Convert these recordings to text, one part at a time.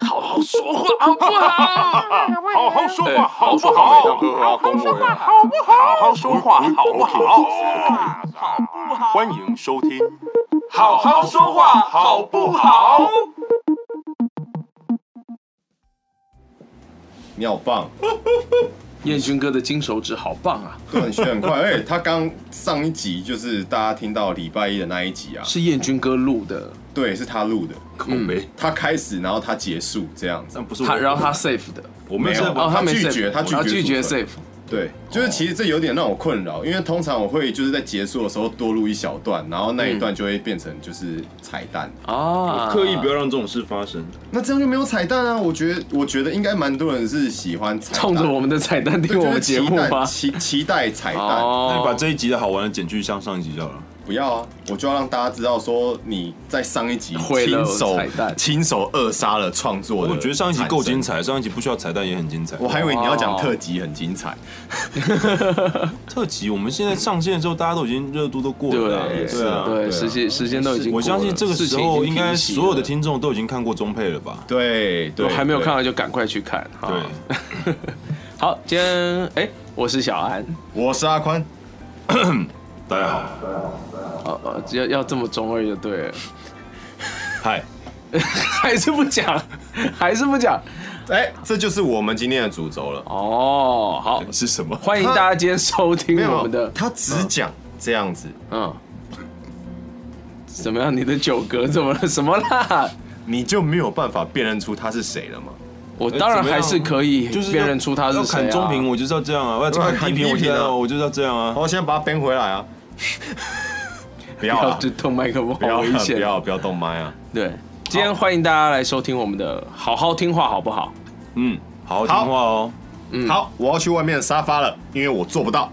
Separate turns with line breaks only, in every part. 好说话好不好？
好好说
哎
话，好不
好
好？
好好说话，
好不好？好好说话，好不好？
好不好？
欢迎收听，
好好说话好不好？
你好棒，
燕勋哥的金手指好棒啊！
对，你学很快。而且他刚上一集就是大家听到礼拜一的那一集啊，
是燕勋哥录的，
对，是他录的，
口碑，
他开始，然后他结束这样子。
但不是我
他啊然后他 safe 的，
我没
没
有
有
哦，
他
没
拒
safe，
绝他拒绝
他拒绝
储存
safe，
对，就是其实这有点让我困扰，因为通常我会就是在结束的时候多录一小段，然后那
嗯
一段就会变成就是彩蛋。
啊，
刻意不要让这种事发生。
那这样就没有彩蛋啊！我觉得，我觉得应该蛮多人是喜欢彩蛋，
冲着我们的彩蛋
对
听
就
我
是
们节目吗？
期待期期待彩蛋，
那你把
哦，
这一集的好玩的剪去像上一集就好了。
不要啊！我就要让大家知道说你在上一集
毁了
亲手
彩蛋
亲手扼杀了创作的。
我觉得上一集够精，彩，上一集不需要彩蛋也很精彩。
我还以为你要讲
哇
特辑很精彩。
特辑我们现在上线之后，大家都已经热度都过了啊，
对
对啊。
对啊
对，时间时间都已经过了，
我相信这个时候
事情已经
应该
平息了
所有的，听众都已经看过中配了吧？
对对，
我还没有
对
看，到就赶快去看。哈
对，
好，今天哎，我是小安，
我是阿宽，
大家好，
哦哦，要要这么中二就对了，
嗨，
还是不讲，还是不讲。
哎，这就是我们今天的主轴了。
哦，好，
是什么？
欢迎大家今天收听
没有
我们的，
他只讲这样子，
嗯，怎么样？你的酒格怎 么了？什么啦？
你就没有办法辨认出他是谁了吗？
我当然
哎怎么样
还是可以
呃
就是
辨认出他是
要
谁
砍
啊。
中评，我就是要这样啊！我要
对啊
砍低
砍低
评，我就
评啊
要我就是要这样啊！
好，现在把他编回来啊！ 不
不
要
要
啊，
就动麦克风，
不要
好
啊
危
不
险。
要啊不要动麦啊！
对，今天欢迎大家来收听我们的《好好听话》，好不好？
嗯，好好听话哦，
嗯
好，我要去外面的沙发了，因为我做不到。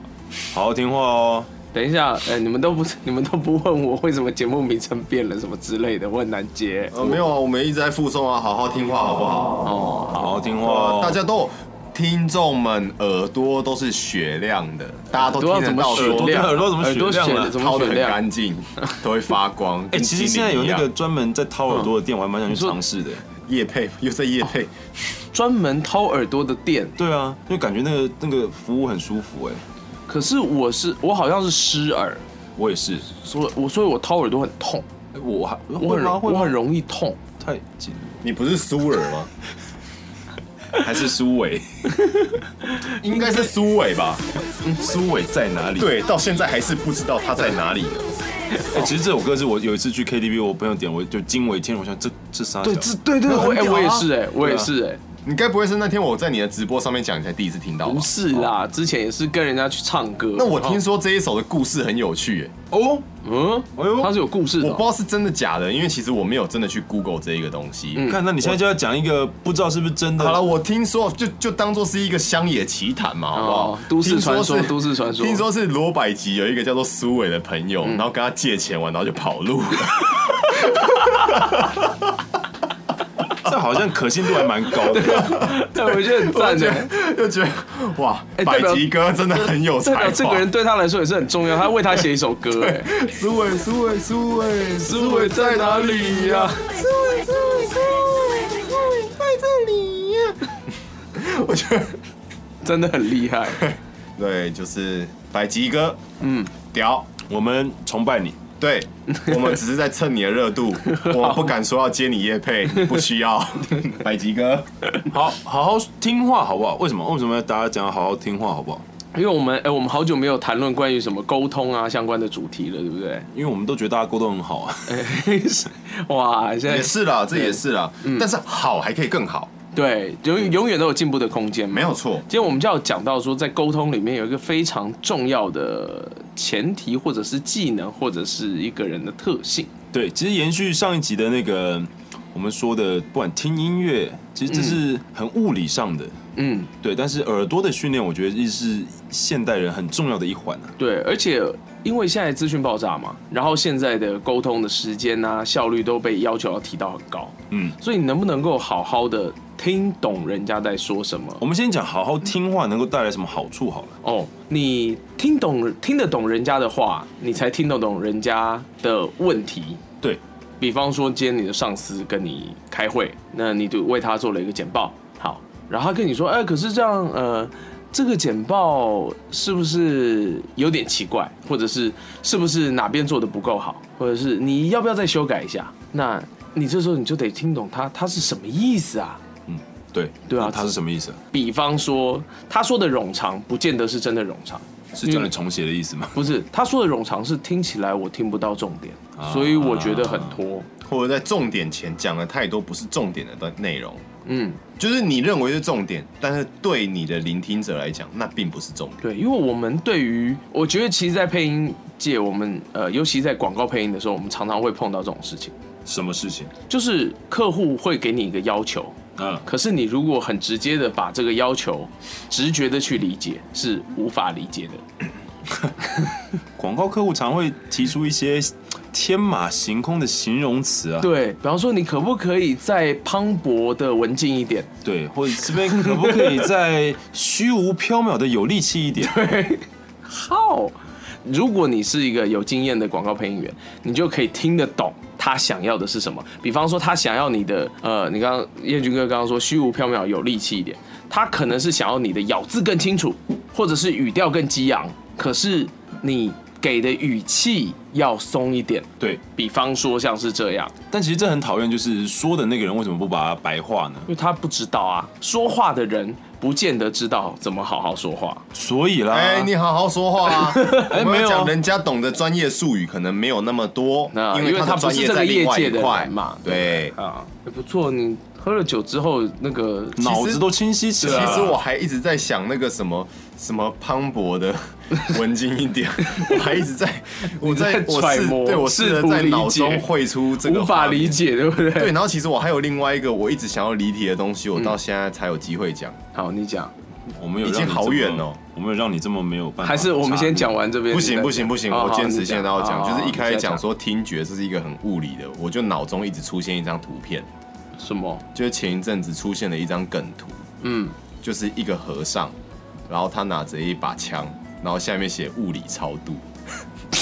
好好听话哦。
等一下，哎、你们都不， 你们都不问我为什么节目名称变了什么之类的，我很难接。
呃，没有啊，我们一直在附送啊，好好听话好不好？
哦，
好好听话
呃
哦，
大家都，听众们耳朵都是雪亮的，大家都
都要
听
怎么
得到
雪
说，
亮？
耳朵怎么雪
雪
亮了
哦啊怎么
啊掏的
雪
很
亮？
干净，都会发光。
哎、其实现在有那个专门在掏耳朵的店，我还蛮想去
说
尝试的。
叶配，又在叶配，
专门掏耳朵的店，
对啊，因为感觉那个那个服务很舒服哎、
可是我是我好像是湿耳，
我也是，
所以我所以我掏耳朵很痛，
哎我还
我
会
很
吗？
容
会
我
吗
很容易痛。
太紧了，
你不是苏尔吗？
还是苏伟？
应该是苏伟吧？
苏伟在哪里？，
对，到现在还是不知道他在哪里呢。
哎、其实这首歌是我有一次去 KTV，我朋友点，我就惊为天人，我想这这啥？
对，这对对，我哎、我也是哎、我也是哎、
你该不会是那天我在你的直播上面讲，你才第一次听到吧
不？是啦，之前也是跟人家去唱歌。
那我听说这一首的故事很有趣、耶
哦，
嗯，
哎呦
它是有故事的哦、
我不知道是真的假的，因为其实我没有真的去 Google 这一个东西。
嗯看，那你现在就要讲一个不知道是不是真的？
好了，，我听说就就当做是一个乡野奇谈嘛，好不好？
哦都市传说
听是
都市传说嗯
听说是罗百吉有一个叫做苏伟的朋友，然后跟他借钱玩，然后就跑路了。
这好像可信度还蛮 高的。
对，我觉得很赞哎的、
就觉得哇，
哎代
百
表
吉哥真的很有
代表
才
这个
华。
人对他来说也是很重要，他为他写一首歌哎、
苏伟，苏伟，苏伟，
思维在哪里呀、
我觉得
真的很厉害。
对，就是百吉哥，嗯，屌。
我们崇拜你，
对，我们只是在蹭你的 热度，我们不敢说要接你叶配，不需要。百吉哥，
好好好听话好不好？为什么为什么要大家讲好好听话好不好？
因为我们哎、我们好久没有谈论关于什么沟通啊相关的主题了，对不对？
因为我们都觉得大家沟通很好啊。
哎是哇，现在
也是啦，这也是啦，
嗯
但是好还可以更好，
对，永永远都有进步的空间嘛。
没有错。
今天我们就要讲到说，在沟通里面有一个非常重要的前提，或者是技能，或者是一个人的特性。
对，其实延续上一集的那个我们说的，不管听音乐，其实这是很物理上的，
嗯，
对。但是耳朵的训练，我觉得亦是现代人很重要的一环啊。
对，而且因为现在资讯爆炸嘛，然后现在的沟通的时间啊、效率都被要求要提到很高，
嗯，
所以你能不能够好好的听懂人家在说什么？
我们先讲好好听话能够带来什么好处好了。
哦，你听懂听得懂人家的话，你才听得懂人家的问题。
对，
比方说，今天你的上司跟你开会，那你就为他做了一个简报，好，然后他跟你说，哎、可是这样，呃，这个简报是不是有点奇怪，或者是是不是哪边做的不够好，或者是你要不要再修改一下？那你这时候你就得听懂他他是什么意思啊？
嗯，对，
对啊
那他是什么意思啊？
比方说，他说的冗长，不见得是真的冗长，
是叫你重写的意思吗？
不是他说的冗长是听起来我听不到重点，所以我觉得很拖。
或者在重点前讲了太多不是重点的内容，
嗯，
就是你认为是重点，但是对你的聆听者来讲，那并不是重点。
对，因为我们对于，我觉得其实，在配音界，我们呃，尤其在广告配音的时候，我们常常会碰到这种事情，
什么事情？
就是客户会给你一个要求，
嗯，
可是你如果很直接的把这个要求直觉的去理解，是无法理解的。
广告客户常会提出一些天马行空的形容词啊，
对，比方说，你可不可以再磅礴的文静一点？
对，或者这边可不可以再 虚无缥缈的有力气一点？
好，如果你是一个有经验的广告配音员，你就可以听得懂他想要的是什么。比方说，他想要你的呃，你刚刚燕军哥刚刚说虚无缥缈有力气一点，他可能是想要你的咬字更清楚，或者是语调更激昂，可是你给的语气要松一点。
对，
比方说像是这样，
但其实这很讨厌，就是说的那个人为什么不把它白话呢？
因为他不知道啊，说话的人不见得知道怎么好好说话。
所
啊
以啦，
哎、你好好说话 啊！
哎
我们要
没有
讲人家懂得专业术语可能没有那么多，
那
因
啊因
为
为
他
他
的
不
专
是
业
这个
在
业
另外
界
一
的
块
人嘛
对，
啊，不错，你喝了酒之后那个
脑子都清晰起
其
来
啊
了。
实我还一直在想那个什么什么磅礴的文静 一点，我还一直在我在
在
我
揣
试
摩
对我试
试
着
图
在
理
脑
解
中绘出这个
无法
画面
理解，对不对？
对，然后其实我还有另外一个我一直想要离题的东西，我到现在才有机会讲。
好，你讲，
我们有
已经
让你
好
这么
远哦，
我们有让你这么没有办法。
还是我们先。讲完这边？
不行不行不行，我坚持现在要讲，就是一开始讲
说
说听觉这是一个很物理的，我就脑中一直出现一张图片，
什么？
就是前一阵子出现了一张梗图，
嗯，
就是一个和尚，然后他拿着一把枪，然后下面写物理超度。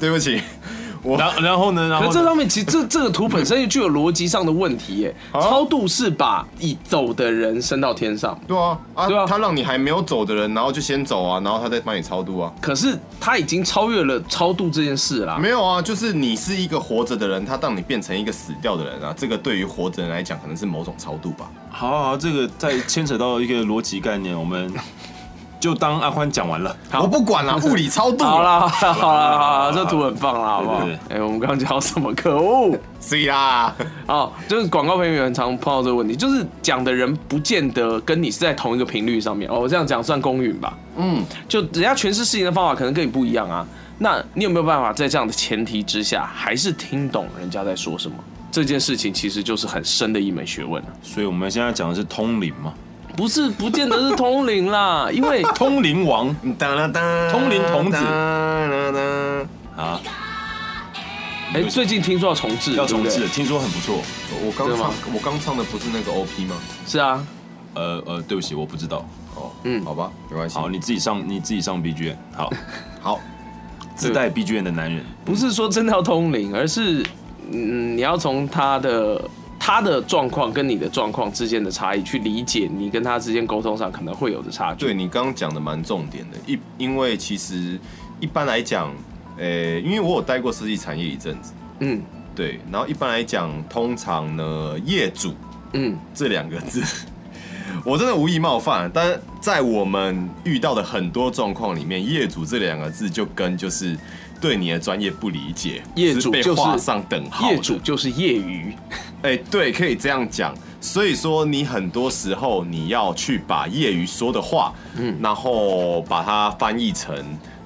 对不起，
然然后呢？然
可
后
是
呢
这上面其实这这个图本身就具有逻辑上的问题耶。超度是把已走的人升到天上，
对啊啊，
对啊
他让你还没有走的人，然后就先走啊，然后他再帮你超度啊。
可是他已经超越了超度这件事啦。
没有啊，就是你是一个活着的人，他让你变成一个死掉的人啊，这个对于活着人来讲，可能是某种超度吧。
好好好，这个再牵扯到一个逻辑概念，我 们就当阿宽讲完了。
我不管了，物理超度。
好，啦好啦好啦好啦，这图很棒啦，好不好
对对？
哎，我们刚刚讲到什么？可恶！
所以啦，
哦，就是广告配音员很常碰到这个问题，就是讲的人不见得跟你是在同一个频率上面。哦，我这样讲算公允吧？
嗯，
就人家诠释事情的方法可能跟你不一样啊。那你有没有办法在这样的前提之下，还是听懂人家在说什么？这件事情其实就是很深的一门学问、啊、
所以我们现在讲的是通灵 嘛，
不是不见得是通灵啦， 因为
通灵王
当啦当，
通灵 童子
当啦当
啊，
哎、最近听说要重置，
要重
对不
置，
对
听说很不错。
我刚
真的
唱
吗，
我刚唱的不是那个 OP 吗？
是啊，
呃呃，对不起，我不知道。
哦，
嗯
好吧，没关系。
好，你自己上你自己上 B G M。好，
好，
自带 B G M 的男人，
不是说真的要通灵，而是嗯，你要从他的他的状况跟你的状况之间的差异去理解你跟他之间沟通上可能会有的差距。
对你刚刚讲的蛮重点的，一因为其实一般来讲，呃、因为我有待过设计产业一阵子，
嗯
对，然后一般来讲，通常呢，业主
嗯，
这两个字， 我真的无意冒犯，啊但是在我们遇到的很多状况里面，业主这两个字就跟就是对你的专业不理解，
业主
被
就是
画上等号的。
业主就是业余，
哎、对，可以这样讲。所以说，你很多时候你要去把业余说的话，嗯，然后把它翻译成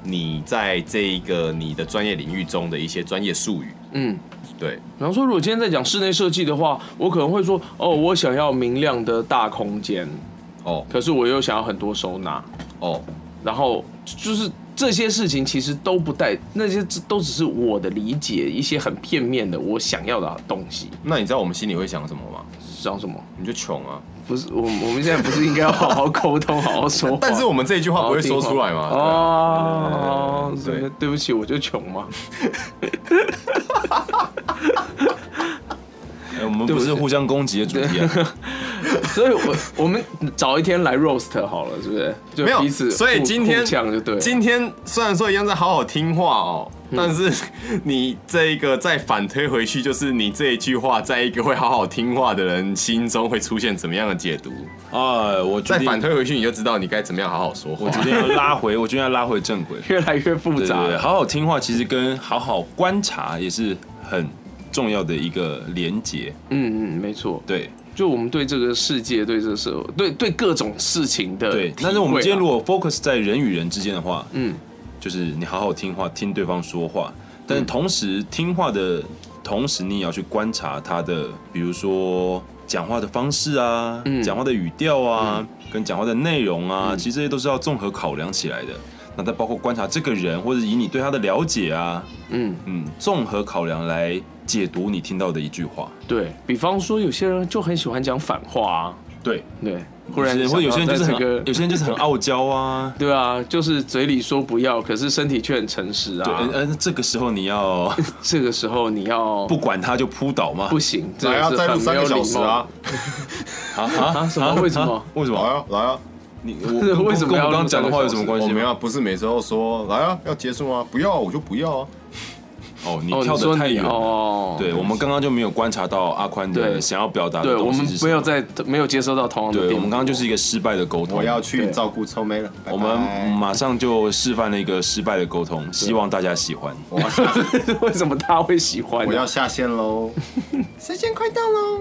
你在这一个你的专业领域中的一些专业术语，
嗯。
对。
比方说，如果今天在讲室内设计的话，我可能会说，哦，我想要明亮的大空间，
哦
可是我又想要很多收纳，
哦，
然后就是这些事情其实都不带，那些都只是我的理解，一些很片面的我想要的东西，
那你知道我们心里会想什么吗？
像什么？
你就穷啊，
不是我，我们现在不是应该要好好沟通，好好说话？
但是我们这一句话不会说出来嘛？对啊
哦，
对
对，对不起，我就穷嘛。
哎我们不是互相攻击的主 题啊，
所以我我们找一天来 roast 好了，是不是？就
没
彼
有，
此
所以
互
今天
互呛就对了。
今天虽然说一样在好好听话哦，但是
嗯
你这一个再反推回去，就是你这一句话，在一个会好好听话的人心中会出现怎么样的解读？
哎，我决
再
定
反，推回去，你就知道你该怎么样好好说话
我。决定要拉回， 我决定要拉回正轨。
越来越 复
对
杂
对对，
了。
好好听话其实跟好好观察也是很重要的一个连结。
嗯嗯，没错。
对
就我们对这个世界、对这个社会、对对各种事情的
对，
体
但是我们
会
今天
啊
如果 focus 在人与人之间的话，
嗯
就是你好好听话，听对方说话，
嗯
但是同时听话的同时，你也要去观察他的，比如说讲话的方式啊，
嗯
讲话的语调啊，跟讲话的内容啊，其实这些都是要综合考量起来的。那再包括观察这个人，或者以你对他的了解啊，
嗯，
嗯，综合考量来解读你听到的一句话。
对比方说，有些人就很喜欢讲反话啊，
对，
对，忽
或者
然
或者有些人就是
想
很
到在这
有
个。
些人就是很傲娇 啊。
对啊，就是嘴里说不要，可是身体却很诚实
对，
啊
嗯。嗯，这个时候你要
这个时候你要
不管他就扑倒嘛？
不 行，这
来啊，
个
再
是
录
很没
三
有
个
礼
小时
貌
啊！！
啊啊
啊什么为什么？
啊为什
来
么？
啊，来啊！
你我
为什么
跟
要
我刚
录
刚讲的话有什么关
我
系
们
吗？
要不是每次都说来啊，要结束吗？不要，我就不要啊！
哦，你
哦，
跳
你说
得太
你
远了。
哦，
对，我们刚刚就没有观察到阿宽的
对
想要表达的
对，我
东
们
西是什
没
么
有。在没有接收到同样的
对，
电
我们
波
刚刚就是一个失败的沟通。
我要
嗯
去
对嗯
照顾臭妹了。拜拜
我们马上就示范了一个失败的沟通，希望大家喜欢。
我要下
为什么他会喜欢
我
呢
要下 线喽！时间快到喽！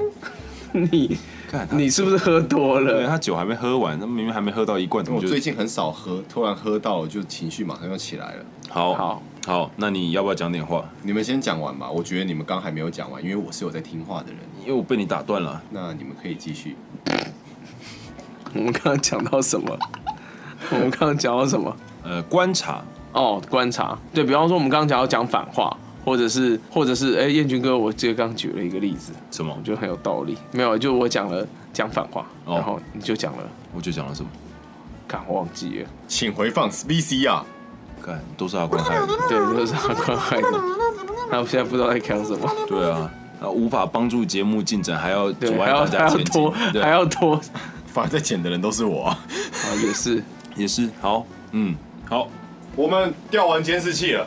你？
看他
你是不是喝多
对啊
了？
他酒还没喝完，他明明还没喝到一罐，怎
我
么就
最近很少喝，突然喝到，我就情绪马上就起来了。
好
好
好？那你要不要讲点话？
你们先讲完吧，我觉得你们刚还没有讲完，因为我是有在听话的人。
因为我被你打断了。
那你们可以继续。
我们刚刚讲到什么？我们刚刚讲到什么？
呃，观察，
哦，观察。对比方说，我们刚刚讲到讲反话，或者是或者是，哎，彦君哥，我记得刚举了一个例子，
什么
我？觉得很有道理。没有，就我讲了讲反话，
哦
然后你就讲了，
我就讲了什么？
看我忘记了。
请回放 VCR。
看，都是阿宽害的。
对，就是阿宽害的。他们现在不知道在讲什么，
对啊，啊，无法帮助节目进展，还要
对，
阻
还
碍
要还
大家
要
前进
拖，，
对
还要拖，啊，
反正剪的人都是我、啊。
也是。
也是好，嗯，好，
我们调完监视 器了。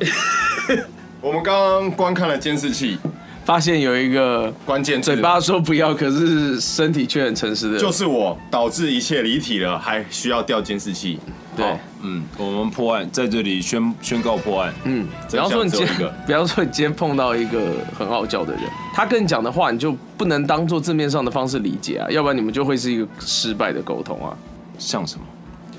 我们刚刚观看了监视器，
发现有一个
关键字
嘴巴说不要，可是身体却很诚实的，
就是我导致一切离体了，还需要调监视器。
对，
嗯，我们破案在这里宣宣告破案，
嗯。比
真
方说
相
你
只
今
有一
天
个，，
比方说你今天碰到一个很傲娇的人，他跟你讲的话，你就不能当做字面上的方式理解啊，要不然你们就会是一个失败的沟通啊。
像什么？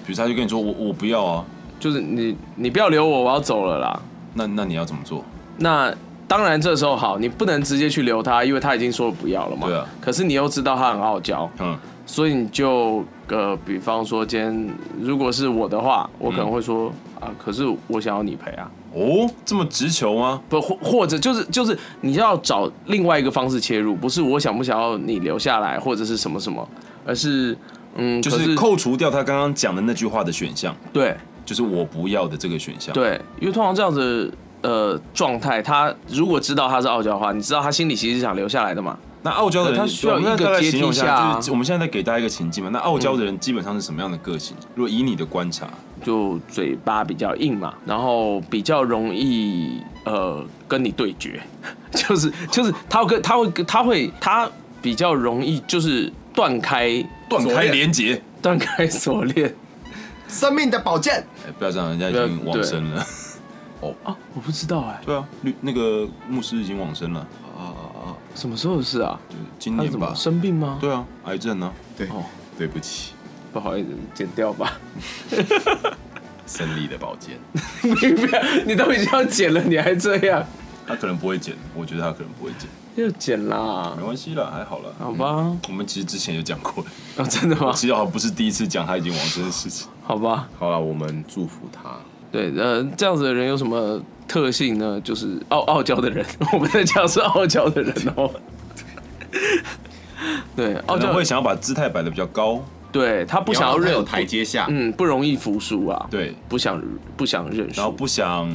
比如他就跟你说我我不要啊，
就是你你不要留我，我要走了啦。
那那你要怎么做？
那当然这时候好，你不能直接去留他，因为他已经说不要了嘛。
对啊
可是你又知道他很傲娇，
嗯，
所以你就呃，比方说今天如果是我的话，我可能会说、啊，可是我想要你陪啊，
哦，这么直球吗？
不或或者就是就是你要找另外一个方式切入，不是我想不想要你留下来或者是什么什么，而是嗯，
就
可
是
是
扣除掉他刚刚讲的那句话的选项，
对
就是我不要的这个选项。，
对，因为通常这样子。呃，状态，他如果知道他是傲娇的话，你知道他心里其实是想留下来的嘛？
那傲娇的人，
对他需要
我们
一个
大概
阶
形容
梯下嗯啊
就是我们现在在给大家一个情境嘛。那傲娇的人基本上是什么样的个性？如果以你的观察，
就嘴巴比较硬嘛，然后比较容易呃跟你对决， 就是就是他会跟他会他会他比较容易就是断开
断
锁
开
链
连结，
断开锁链
生命的宝剑。
哎，不要这样，人家已经往生了。
啊，我不知道哎、
对啊，律那个牧师已经往生了，
什么时候的事啊？
就是今
他是
年
怎么
吧？
生病吗？
对啊，癌症呢、
对，
哦
对不起，
不好意思，剪掉吧。
胜利的宝剑。
你不要，你都已经要剪了，你还这样，
他可能不会剪，我觉得他可能不会剪，
又剪啦
没？关系啦，还好啦。
好吧，
我们其实之前有讲过了，
哦，真的吗？
其实好像不是第一次讲他已经往生的事情。
好吧。
好了，我们祝福他。
对，呃，这样子的人有什么特性呢？ 就是傲傲娇的人，我们在讲是傲娇的人哦。对，
可
哦，
能会
对，
想要把姿态摆得比较高，
对他不想要
你让他
认
有台，阶下，
嗯，不容易服输啊，，
对，
不想不想认输，
然后不想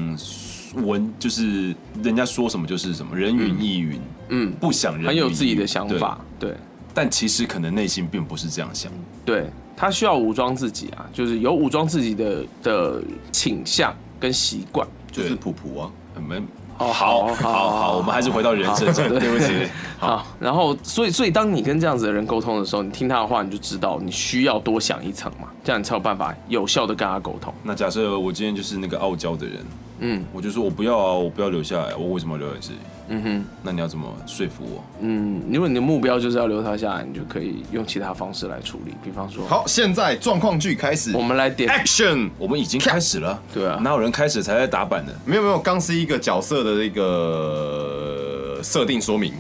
闻，就是人家说什么就是什么，人云亦云，
嗯，
不想人云
很有自己
亦
的
云
想，法，对
对但其实可能内心并不是这样想，
对，他需要武装自己啊，就是有武装自己的的倾向跟习惯。
就是普普啊。
我们
哦
好
好好
好好，我们还是回到人身上，对不起，
好，然后所以所以当你跟这样子的人沟通的时候，你听他的话，你就知道你需要多想一层嘛，这样你才有办法有效的跟他沟通。
那假设我今天就是那个傲娇的人，
嗯
我就说我不要啊，我不要留下来，我为什么要留在这里？
嗯哼
那你要怎么说服我？
嗯，如果你的目标就是要留他下来，你就可以用其他方式来处理，比方说，
好，现在状况剧开始
我们来点
，Action！
我们已经开始了，
对啊
哪有人开始才在打板呢？
没有没有，刚是一个角色的一个呃设定说明，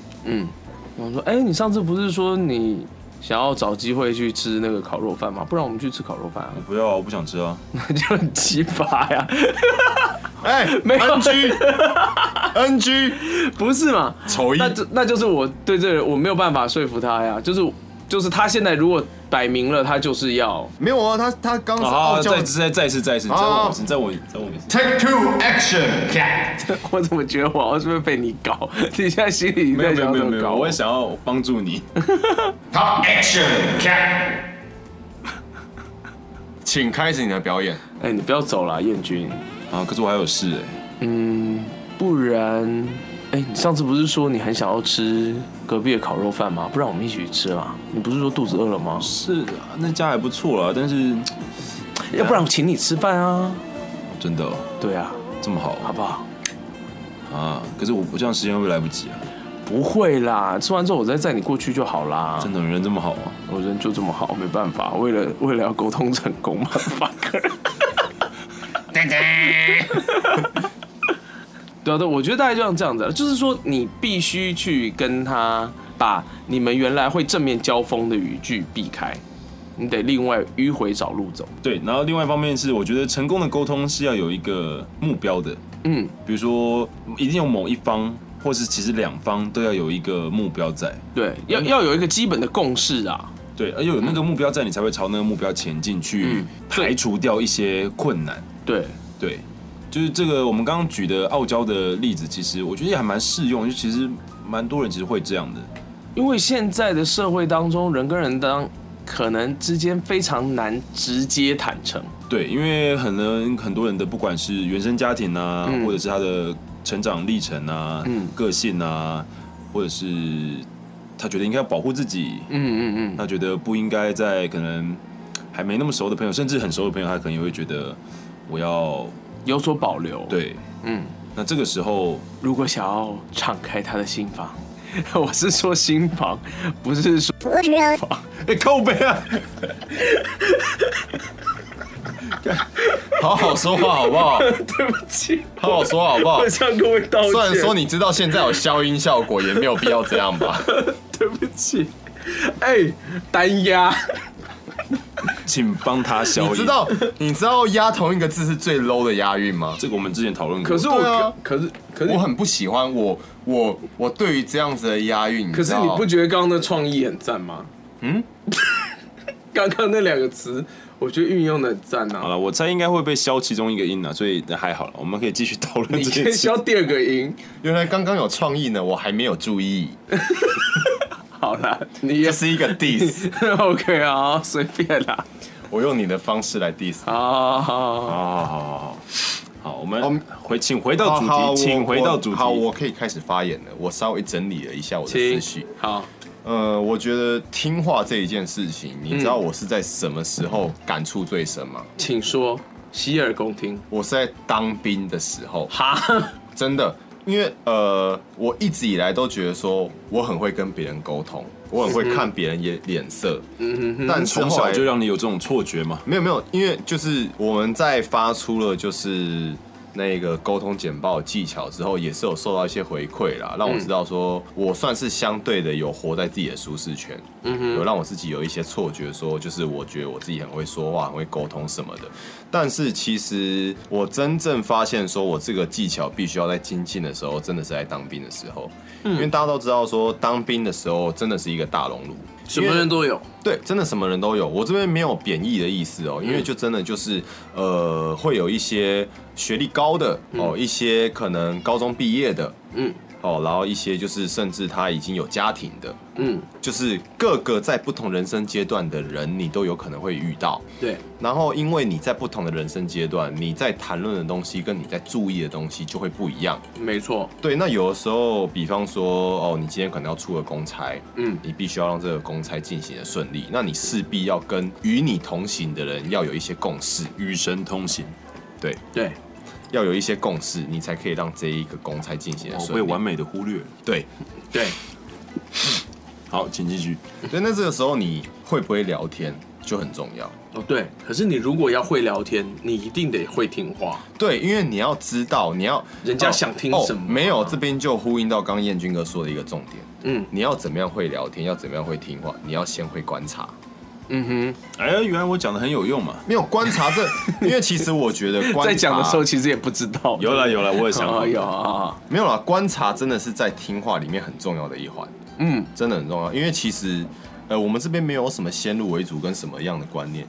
我们说，哎、你上次不是说你想要找机会去吃那个烤肉饭吗？不然我们去吃烤肉饭啊
我，不要啊，我不想吃啊。
那就很奇葩呀，
哎、
没有
NG NG
不是嘛？
丑一
那就那就是我对这个人我没有办法说服他呀，就是就是他现在如果摆明了他就是要
没有啊，他他刚是
好，
傲娇
再再再一次，再一次，再
啊
问我一次，再问，再 问我一次。
，Take two action！
我怎么觉得我好像是不是被你搞？ 你现在心里
没有
在
没有
想
没
怎
有
么
没
搞哦
有，我也想要帮助你。
好，Action！请开始你的表演。
哎、你不要走了，燕君，
啊，可是我还有事哎、
不然，哎、你上次不是说你很想要吃隔壁的烤肉饭吗？不然我们一起去吃啊！你不是说肚子饿了吗？
是啊，那家还不错啦，但是
要不然我请你吃饭啊？
真的哦、
对啊，
这么好
好不好？
啊？可是我我这样时间会不会来不及啊？
不会啦，吃完之后我再载你过去就好啦。
真的人这么好啊？
我人就这么好，没办法，为了为了要沟通成功嘛，fuck。对啊，对，我觉得大概就像这样子，就是说你必须去跟他把你们原来会正面交锋的语句避开，你得另外迂回找路走。
对，然后另外一方面是，我觉得成功的沟通是要有一个目标的，
嗯，
比如说一定有某一方，或是其实两方都要有一个目标在。
对，要要有一个基本的共识啊。
对，而有那个目标在，你才会朝那个目标前进，去
嗯对
排除掉一些困难。
对，
对，就是这个我们刚刚举的傲娇的例子，其实我觉得也还蛮适用，就其实蛮多人其实会这样的。
因为现在的社会当中，人跟人当可能之间非常难直接坦诚。
对，因为很能很多人的不管是原生家庭啊，
嗯
或者是他的成长历程啊、
嗯
个性啊，或者是他觉得应该要保护自己，
嗯嗯嗯。
他觉得不应该在可能还没那么熟的朋友，甚至很熟的朋友，他可能也会觉得我要
有所保留。，
对。
嗯，
那这个时候，
如果想要敞开他的心房， 我是说心房，不是说
哎、靠背 啊，
好好说话好不好？
对不起，
好好说话好不好
我？向各位道歉。
虽然说你知道现在有消音效果，也没有必要这样 吧？
对不起，哎，单压，
请帮他消音。
你知道你知道压同一个字是最 low 的押韵吗？
这个我们之前讨论过，
可是我，
对啊
可是可是
我很不喜欢我我我对于这样子的押韵，
可
知
是
道
你不觉得刚刚的创意很赞吗？ 嗯，刚刚那两个词，我觉得运用的很赞啊。
好了，我猜应该会被消其中一个音啊，所以还好了，我们可以继续讨论
你
这
可以
件事。
消第二个音，
原来刚刚有创意呢，我还没有注 意，
好啦，你也
这是一 个 diss，
OK 啊，随便啦，
我用你的方式来 diss。
好好好
哦好好好好好，好，我
我
们
们
回，请回到主
哦好好
题，请
我
回到主
我好，
题。
我可以开始发言了。我稍微整理了一下我的
请
思绪。
好，
呃，我觉得听话这一件事情，你知道我是在什么时候感触最深吗？
请说，洗耳恭听。
我是在当兵的时候，
哈，
真的，因为呃，我一直以来都觉得说我很会跟别人沟通，我很会看别人眼脸色，
嗯哼
但是
从
后
小
来
就让你有这种错觉嘛？
没有没有，因为就是我们在发出了就是那个沟通简报技巧之后，也是有受到一些回馈啦，
嗯
让我知道说我算是相对的有活在自己的舒适圈，
嗯
有让我自己有一些错觉，说就是我觉得我自己很会说话，很会沟通什么的。但是其实我真正发现，说我这个技巧必须要在精进的时候，真的是在当兵的时候，
嗯
因为大家都知道说当兵的时候真的是一个大熔炉，
什么人都有，
对，真的什么人都有。我这边没有贬义的意思哦，因为就真的就是呃，会有一些学历高的哦，一些可能高中毕业的，
嗯
哦，然后一些就是甚至他已经有家庭的，
嗯，
就是各个在不同人生阶段的人，你都有可能会遇到。
对，
然后，因为你在不同的人生阶段，你在谈论的东西跟你在注意的东西就会不一样。
没错，
对，那有的时候，比方说，哦，你今天可能要出个公差，
嗯
你必须要让这个公差进行的顺利，那你势必要跟与你同行的人要有一些共识，
与神同行，
对，
对，
要有一些共识，你才可以让这一个公差进
哦
行的
我
顺
被哦
利。
完美的忽略了。
对，
对，
好，请继续。
所以那这个时候你会不会聊天就很重要。
哦对。可是你如果要会聊天，你一定得会听话。
对，因为你要知道，你要
人家想听什么
哦没有，这边就呼应到刚刚燕军哥说的一个重点，
嗯
你要怎么样会聊天，要怎么样会听话，你要先会观察。
嗯
哎，原来我讲的很有用嘛。
没有观 察这，因为其实我觉得观察
在讲的时
啊
候其实也不知道。
有了有了，我也 想好
啊。有啊，
没有啦，观察真的是在听话里面很重要的一环，
嗯
真的很重要。因为其实，呃，我们这边没有什么先入为主跟什么样的观念，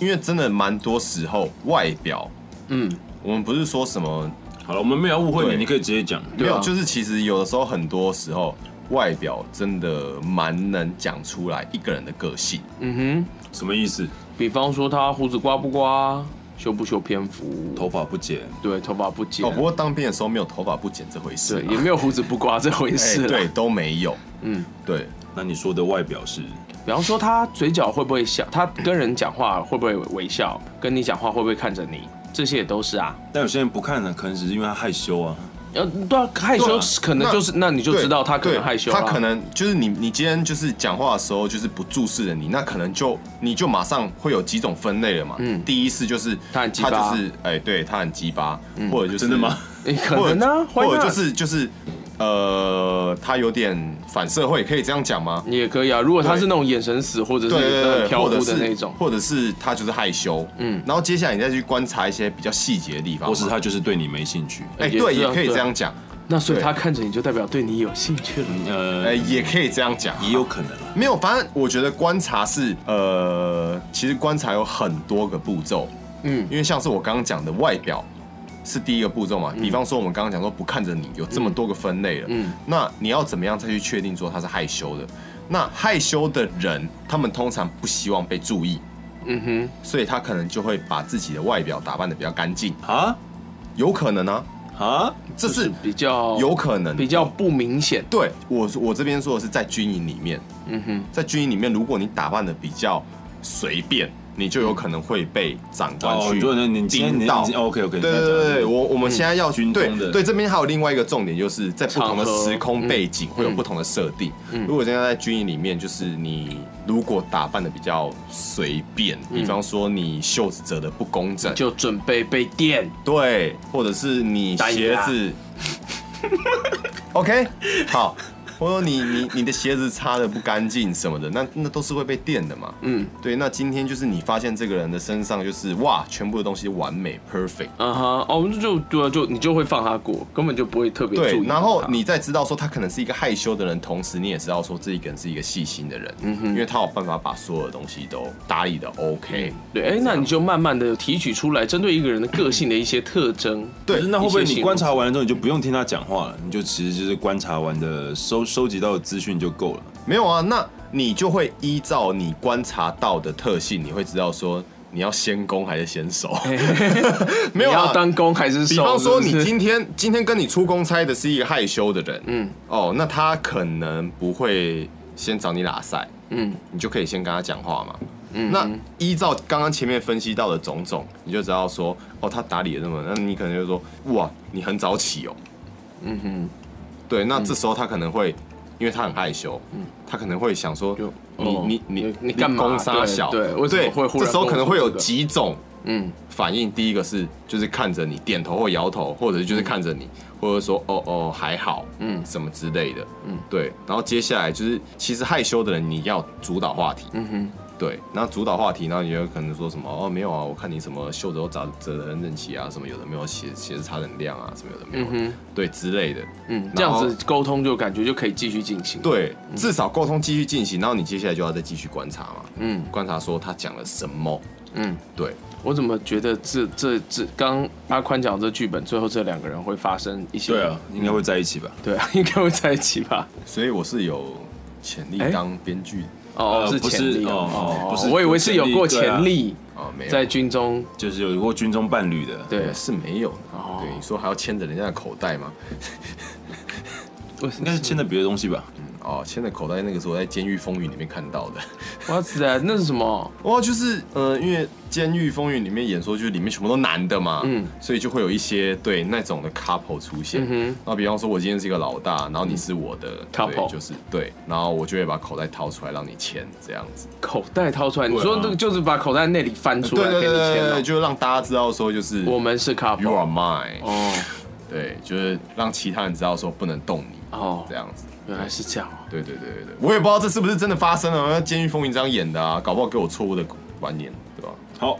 因为真的蛮多时候外表，
嗯，
我们不是说什么
好了，我们没有误会
对
你，你可以直接讲。
对
没
啊
有，就是其实有的时候很多时候外表真的蛮能讲出来一个人的个性。
嗯
什么意思？
哼，比方说他胡子刮不刮，修不修篇幅，
头发不剪，
对头发不剪
哦，，不过当兵的时候没有头发不剪这回
嗯
事
对
啦，
也没有胡子不刮这回
哎
事。啊
对，，都没有。
嗯，
对，
那你说的外表是
比方说他嘴角会不会笑，他跟人讲话会不会微笑，跟你讲话会不会看着你，这些也都是啊。
但有些人不看呢，可能只是因为他害羞啊。
呃，对啊，害羞
对啊
可能就是，那你就
对
知道他可能
对
害羞啦啊
他可能就是你，你今天就是讲话的时候就是不注视着你，那可能就你就马上会有几种分类了嘛。
嗯
第一是就是
他很鸡巴
就是哎，对他很鸡巴，或者就是
真的吗？
诶可
或者
能啊，
或者
why
就
not？
是就是呃，他有点反社会，可以这样讲吗？
也可以啊。如果他是
对
那种眼神死，或者是
对对
很
对，
飘
或者
忽
是
的那种，
或者是他就是害羞，
嗯
嗯，然后接下来你再去观察一些比较细节的地方嘛，
或是他就是对你没兴趣。
哎、
也
对，
是啊
也可以
对啊
这样讲，
那所以
对
他看着你就代表对你有兴趣了。
哎、
呃，
也可以这样讲，
也
哦
有可能啊。
没有，反正我觉得观察是呃，其实观察有很多个步骤，
嗯
因为像是我刚刚讲的外表是第一个步骤嘛，比方说我们刚刚讲说不看着你有这么多个分类了，
嗯
那你要怎么样再去确定说他是害羞的？那害羞的人，他们通常不希望被注意，
嗯哼，
所以他可能就会把自己的外表打扮的比较干净，
啊
有可能啊，
啊，
这
就是比较
有可能
比较不明显。
对我我这边说的是在军营里面，
嗯哼，
在军营里面，如果你打扮的比较随便，你就有可能会被长官
哦，
去
你说你你今天哦
盯
你
到。
OK OK，
对对对对，我我们现在要
嗯军
对
中的
对这边还有另外一个重点，就是在不同的
场合
时空背景会有
嗯
不同的设定
嗯。
如果现在在军营里面，就是你如果打扮的比较随便，
嗯
比方说你袖子折的不工整，
就准备被电。
对，或者是你
打野
鞋
啊
子 ，OK，好，或者你你你的鞋子擦的不干净什么的，那那都是会被电的嘛。
嗯
对，那今天就是你发现这个人的身上就是哇，全部的东西完美 perfect。
啊哈，哦，就对啊，就你就会放他过，根本就不会特别注
对，
意啊到他。
然后你再知道说他可能是一个害羞的人，同时你也知道说这一个人是一个细心的人，嗯哼，因为他有办法把所有的东西都打理的 OK。
对，哎，那你就慢慢的提取出来，针对一个人的个性的一些特征。
可
对
是那会不会
一些
你
形
观察完了之后，你就不用听他讲话了，你就其实就是观察完的收收集到的资讯就够了。
没有啊，那你就会依照你观察到的特性，你会知道说你要先攻还是先守。 没有
你
啊
要，当工还是
比
受
方说
是不
你
是
今天今天跟你出公差的是一个害羞的人，
嗯
嗯，哦，那他可能不会先找你拉塞，
嗯
你就可以先跟他讲话嘛。
嗯，
那依照刚刚前面分析到的种种，你就知道说，哦，他打理的那么，那你可能就说，哇，你很早起哦。
嗯哼，
对，那这时候他可能会，因为他很害羞，他可能会想说
嗯就，
你
哦
你
你
你
你干嘛
攻杀小？
对对为什么会忽然
这时候可能会有
跟我说这个
几种
嗯
反应，第一个是就是看着你点头或摇头，或者是就是看着你，或者说哦哦还好，嗯，什么之类的，嗯，对。然后接下来就是，其实害羞的人你要主导话题，嗯
哼，
对。那主导话题，然后你有可能说什么哦没有啊，我看你什么袖子都扎折得很整齐啊，什么有的没有鞋鞋子擦得很亮啊，什么有的没有，
嗯哼
对之类的，
嗯，
后
这样子沟通就感觉就可以继续进行。，
对，至少沟通继续进行，然后你接下来就要再继续观察嘛，
嗯
观察说他讲了什么，
嗯，
对，
我怎么觉得这这这刚阿宽讲这剧本，最后这两个人会发生一些
对啊，应该会在一起吧？
对啊， 应该会在一起吧？
所以我是有潜力
哎
当编剧
哦，
呃不
潜
是
力
哦哦不是
我以为是有过
对啊
潜力
啊，没有
在军中，
就是有过军中伴侣的，
对
对，是没有的。
哦
对，你说还要牵着人家的口袋吗？
为什
应该是牵着别的东西吧？
哦，牵着口袋那个是我在《监狱风云》里面看到的。
哇塞，那是什么？
哇，就是呃，因为《监狱风云》里面演说就是里面全部都男的嘛，
嗯
嗯，所以就会有一些对那种的 couple 出
嗯
现。
哼
那比方说，我今天是一个老大，然后你是我的、对
couple
就是对，然后我就会把口袋掏出来让你牵，这样子。
口袋掏出来，你
啊
说那个就是把口袋内里翻出
对
来
对
给
对
你
对
签
对，
了。
就让大家知道说就是
我们是
you
couple
are mine，、
哦
对，就是让其他人知道说不能动你，
哦
这，样子。
原来是这样哦。
对对对对对，我也不知道这是不是真的发生了，那《监狱风云》这样演的啊，搞不好给我错误的观念，对吧？
好，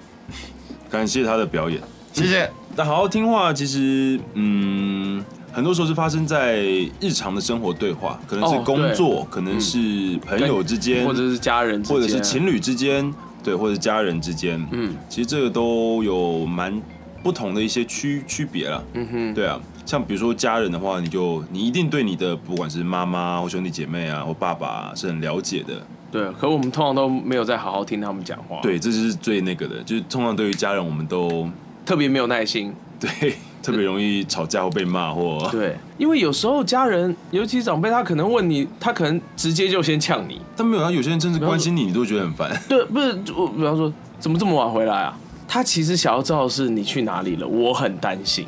感谢他的表演。
谢谢。
那好好听话，其实嗯，很多时候是发生在日常的生活对话，可能是
哦
工作，可能是朋友之间，
或者是家人之间，
或者是情侣之间，对，或者是家人之间，
嗯
嗯，其实这个都有蛮不同的一些区区别啦。
嗯哼，
对啊，像比如说家人的话，你就你一定对你的不管是妈妈或兄弟姐妹啊或爸爸、啊、是很了解的，
对。可我们通常都没有在好好听他们讲话，，
对，这就是最那个的，就是通常对于家人我们都
特别没有耐心，
对特别容易吵架或被骂或
对。因为有时候家人，尤其长辈，他可能问你，他可能直接就先呛你，
但没有啊，有些人甚至关心你，你都觉得很烦。
对，不是我，比方说怎么这么晚回来啊？他其实想要知道的是你去哪里了，我很担心。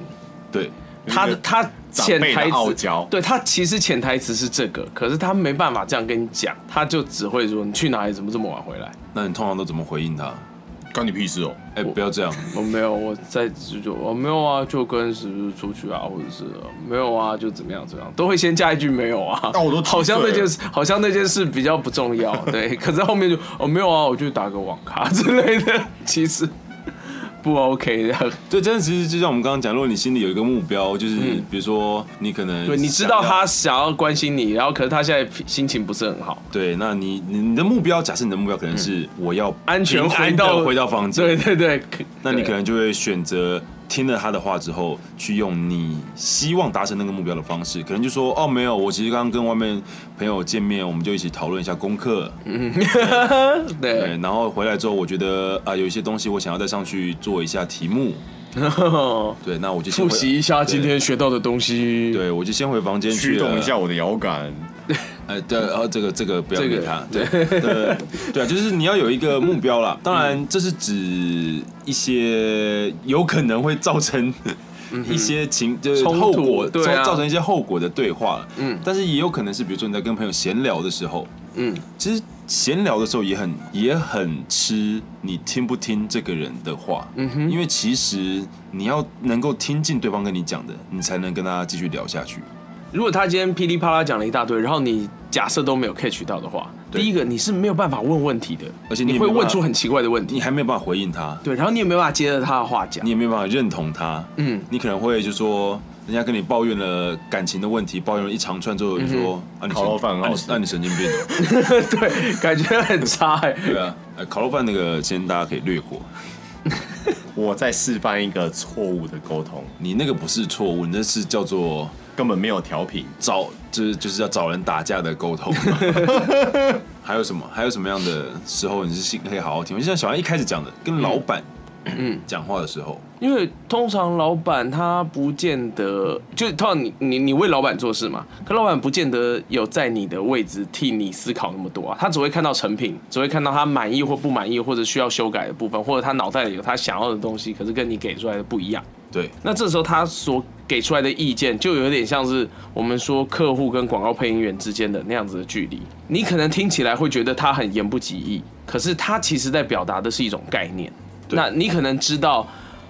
对，
他的他潜
长辈
台
的傲
词
娇，
对他其实潜台词是这个，可是他没办法这样跟你讲，他就只会说你去哪里，怎么这么晚回来？
那你通常都怎么回应他？
关你屁事哦！
哎、不要这样，
我没有，我在就就我没有啊，就跟是不是出去啊，或者是呃没有啊，就怎么样怎么样，都会先加一句没有啊。
那我都几岁了
好像那件事，好像那件事比较不重要，对。可是后面就哦没有啊，我就打个网咖 之类的，其实不 OK 的。
对，真的其实就像我们刚刚讲，如果你心里有一个目标，就是、比如说你可能
嗯对，你知道
想要
他想要关心你，然后可是他现在心情不是很好，
对，那你你你的目标，假设你的目标可能是我要
嗯安全
平
回
地
到
回到房间，
对对对，可
那你
对
可能就会选择听了他的话之后，去用你希望达成那个目标的方式，可能就说哦，没有，我其实刚刚跟外面朋友见面，我们就一起讨论一下功课，
对
对，然后回来之后，我觉得啊、有一些东西我想要再上去做一下题目，
嗯
对，那我就先
复
回
习一下今天学到的东西。
对，我就先回房间去
驱
了
动一下，我的摇杆，
呃，对，呃，这个这个不要
这个
给他，对对对啊，就是你要有一个目标
嗯
啦。当然，这是指一些有可能会造成一些情，就是
嗯冲突
后果，
对啊
造造成一些后果的对话。
嗯
嗯，但是也有可能是，比如说你在跟朋友闲聊的时候，
嗯，
其实闲聊的时候也很也很吃你听不听这个人的话，嗯哼，因为其实你要能够听进对方跟你讲的，你才能跟他继续聊下去。
如果他今天噼里啪啦讲了一大堆，然后你假设都没有 catch 到的话，
对
第一个你是没有办法问问题的，
而且你
你
也
会
没办
问
法
出很奇怪的问
你
题，
还没有办法回应他，
对，然后你也没办法接着他的话讲
你。也没办法认同他，
嗯
嗯，你可能会就说，人家跟你抱怨了感情的问题，抱怨了一长串之
嗯
后，就说、啊，你
烤肉饭很
啊
好
你
吃
啊你神经病 哦，
对，感觉很差哎、
对啊，呃烤肉饭那个先大家可以略过，
我在示范一个错误的沟通，
你那个不是错误，你那是叫做
根本没有调频。
找，就是就是要找人打架的沟通。 还有什么？还有什么样的时候你是心可以好好听？就像小安一开始讲的，跟老板嗯讲话的时候，
因为通常老板他不见得，就是通常你你你为老板做事嘛，可老板不见得有在你的位置替你思考那么多啊，他只会看到成品，只会看到他满意或不满意，或者需要修改的部分，或者他脑袋里有他想要的东西，可是跟你给出来的不一样。
对，
那这时候他所给出来的意见，就有点像是我们说客户跟广告配音员之间的那样子的距离。你可能听起来会觉得他很言不及义，可是他其实在表达的是一种概念。
对
那你可能知道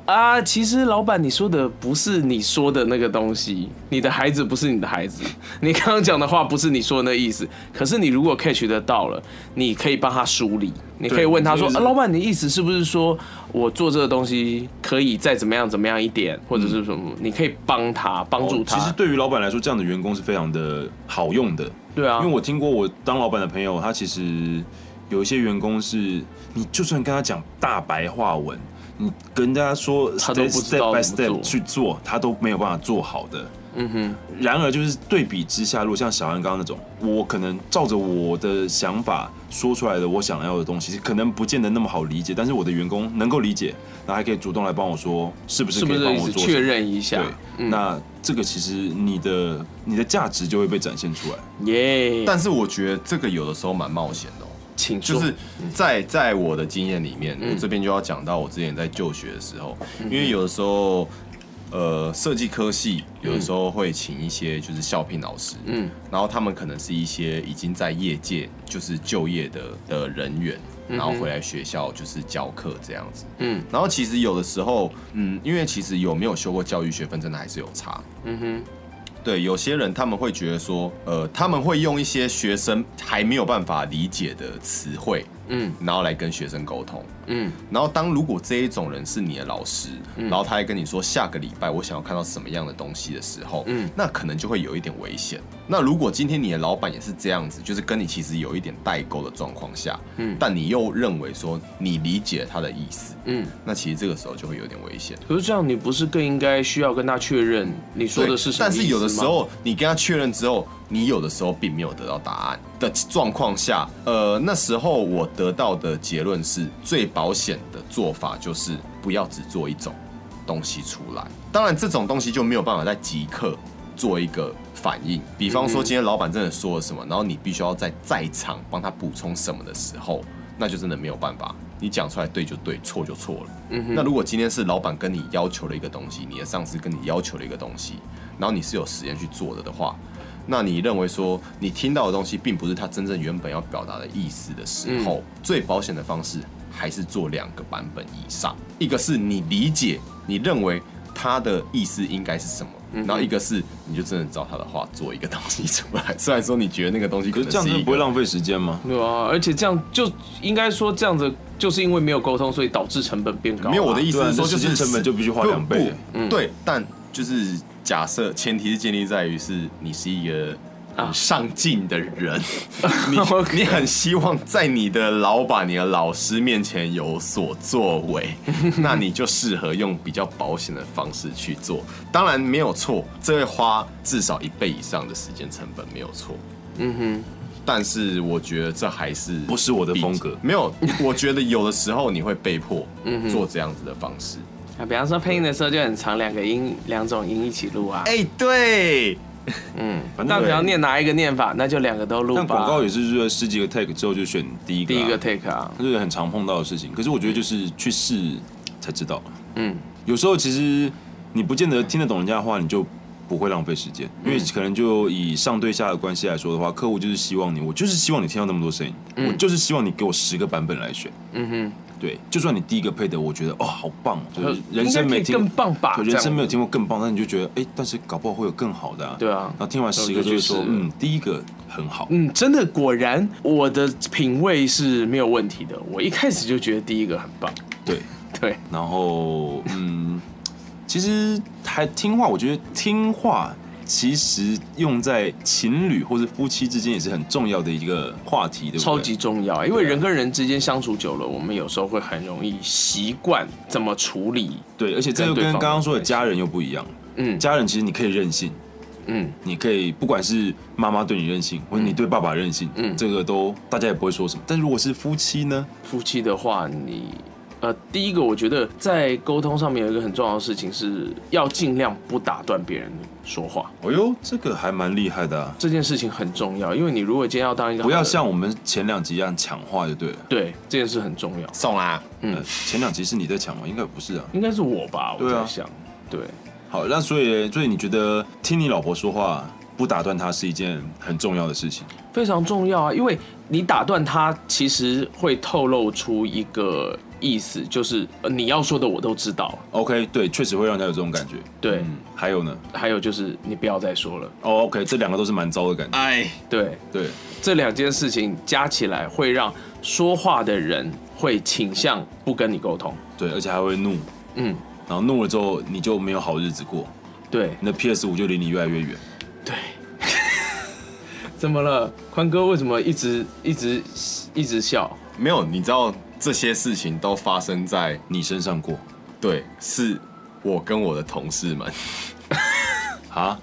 啊，其实老板你说的不是你说的那个东西，你的孩子不是你的孩子， 你刚刚讲的话不是你说的那意思。可是你如果 catch 得到了，你可以帮他梳理，你可以问他说，
就是
啊、老板你的意思是不是说我做这个东西可以再怎么样怎么样一点，或者是什么？你可以帮他帮助他。
哦其实对于老板来说，这样的员工是非常的好用的，
对啊，
因为我听过我当老板的朋友，他其实有一些员工是，你就算跟他讲大白话文，你跟大家说 step
他都不知道
step by
怎么做
step 去做，他都没有办法做好的。
嗯哼，
然而，就是对比之下，如果像小安刚刚那种，我可能照着我的想法说出来的我想要的东西，可能不见得那么好理解，但是我的员工能够理解，然后还可以主动来帮我说，是不是
是
可
不
以
是
帮
意
我
思
做
确
什么
认一下嗯
对？，那这个其实你的你的价值就会被展现出来。
耶，
但是我觉得这个有的时候蛮冒险的、哦，
请说
就是在在我的经验里面，我这边就要讲到我之前在就学的时候，因为有的时候，呃，设计科系有的时候会请一些就是校聘老师，
嗯
然后他们可能是一些已经在业界就是就业的的人员，然后回来学校就是教课这样子。
嗯
然后其实有的时候，嗯，因为其实有没有修过教育学分，真的还是有差。
嗯哼，
对，有些人他们会觉得说，呃，他们会用一些学生还没有办法理解的词汇，
嗯
然后来跟学生沟通。
嗯
然后当如果这一种人是你的老师，然后他还跟你说下个礼拜我想要看到什么样的东西的时候，
嗯
那可能就会有一点危险。那如果今天你的老板也是这样子，就是跟你其实有一点代沟的状况下，
嗯
但你又认为说你理解他的意思，
嗯。
那其实这个时候就会有点危险。
可是这样，你不是更应该需要跟他确认你说的是什么
但
意
是
思
有的
吗，
时候你跟他确认之后，你有的时候并没有得到答案的状况下，呃，那时候我得到的结论是最保险的做法就是不要只做一种东西出来。当然，这种东西就没有办法在即刻做一个反应。比方
嗯
说，今天老板真的说了什么，然后你必须要在在场帮他补充什么的时候，那就真的没有办法。你讲出来对就对，错就错了。
嗯
那如果今天是老板跟你要求了一个东西，你的上司跟你要求了一个东西，然后你是有时间去做的的话，那你认为说你听到的东西并不是他真正原本要表达的意思的时候，
嗯
最保险的方式还是做两个版本以上，一个是你理解，你认为他的意思应该是什么。
嗯
然后一个是，你就真的照他的话做一个东西出来， 虽然说你觉得那个东西
可
可
是
能
这样
是
真
一
的不会
个，
浪费时间吗？
对啊，而且这样就应该说这样子，就是因为没有沟通，所以导致成本变高啊。
没有我的意思
对啊
是说，
这
就
时
是
间成本就必须花
不
两倍嗯
不对，但就是假设前提是建立在于是你是一个
啊
很上进 的人，你你很希望在你的老板、你的老师面前有所作 为，那你就适合用比较保险的方式去做。当然没有错，这会花至少一倍以上的时间成本，没有错。
嗯
但是我觉得这还是
不是我的风格
没有，我觉得有的时候你会被迫做这样子的方式。
哼，啊，比方说配音的时候就很长，两个音两种音一起录啊。
哎、对，
嗯，
反正
那
对
比方念哪一个念法，那就两个都录吧。
但广告也是就是十几个 take 之后就选第一个、
第一个 take 啊，
这是很常碰到的事情。可是我觉得就是去试才知道，
嗯
有时候其实你不见得听得懂人家的话，你就不会浪费时间，
嗯
因为可能就以上对下的关系来说的话，客户就是希望你，我就是希望你听到那么多声音，我就是希望你给我十个版本来选。
嗯
对，就算你第一个配的，我觉得哦，好棒，就是
呃
人生
应该可以
没听
更棒吧
对
这样
人生没有听过更棒，但你就觉得哎、但是搞不好会有更好的、啊。
对啊
然后听完十个就会说，嗯，第一个很好，
哼，嗯，真的果然我的品味是没有问题的。我一开始就觉得第一个很棒，
对，
对，
然后嗯，其实还听话，我觉得听话其实用在情侣或者夫妻之间也是很重要的一个话题，对不对？
超级重要，因为人跟人之间相处久了，我们有时候会很容易习惯怎么处理。
对，而且这
跟
个
对
跟
方
刚刚说的家人又不一样，
嗯
家人其实你可以任性，
嗯，
你可以不管是妈妈对你任性，或者你对爸爸任性，
嗯
这个都大家也不会说什么。但如果是夫妻呢？
夫妻的话，你呃，第一个我觉得在沟通上面有一个很重要的事情是要尽量不打断别人说话，
哎呦，这个还蛮厉害的、啊，
这件事情很重要，因为你如果今天要当一个
不要
好的
像我们前两集一样抢话就对了。
对这件事很重要，
送啦。
嗯
嗯，前两集是你在抢吗？应该不是啊。
应该是我吧，我
对
在
啊
想，对,、
好，那所以所以你觉得听你老婆说话不打断她是一件很重要的事情？
非常重要啊，因为你打断他，其实会透露出一个。意思就是、呃你要说的我都知道了。
OK，对，确实会让他有这种感觉。
对，
嗯，还有呢？
还有就是你不要再说了。
哦，OK，这两个都是蛮糟的感觉。
哎，
对，
对，
这两件事情加起来会让说话的人会倾向不跟你沟通。
对，而且还会怒，
嗯，
然后怒了之后你就没有好日子过，
对
你的 PS 五就离你越来越远。
对。 怎么了，宽哥？为什么一直一直一直笑？
没有，你知道这些事情都发生在
你身上过
对，是我跟我的同事们。
啊？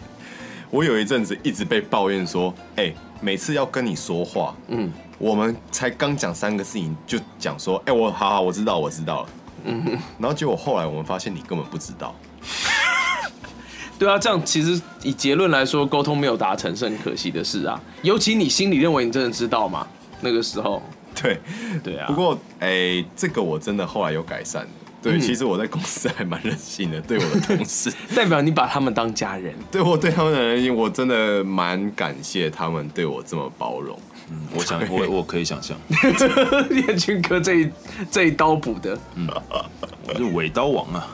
我有一阵子一直被抱怨说，哎、每次要跟你说话，
嗯，
我们才刚讲三个事情，就讲说，哎、我好好，我知道，我知道了。嗯，然后结果后来我们发现你根本不知道，
对啊，这样其实以结论来说，沟通没有达成是很可惜的事啊。尤其你心里认为你真的知道嘛，那个时候，
对。
对啊。
不过，哎、这个我真的后来有改善。对，其实我在公司还蛮任性的，对我的同事，
代表你把他们当家人，
对我对他们的任性，我真的蛮感谢他们对我这么包容。
嗯我想，我我可以想象，
彦军哥这一这一刀补的。
我是尾刀王啊。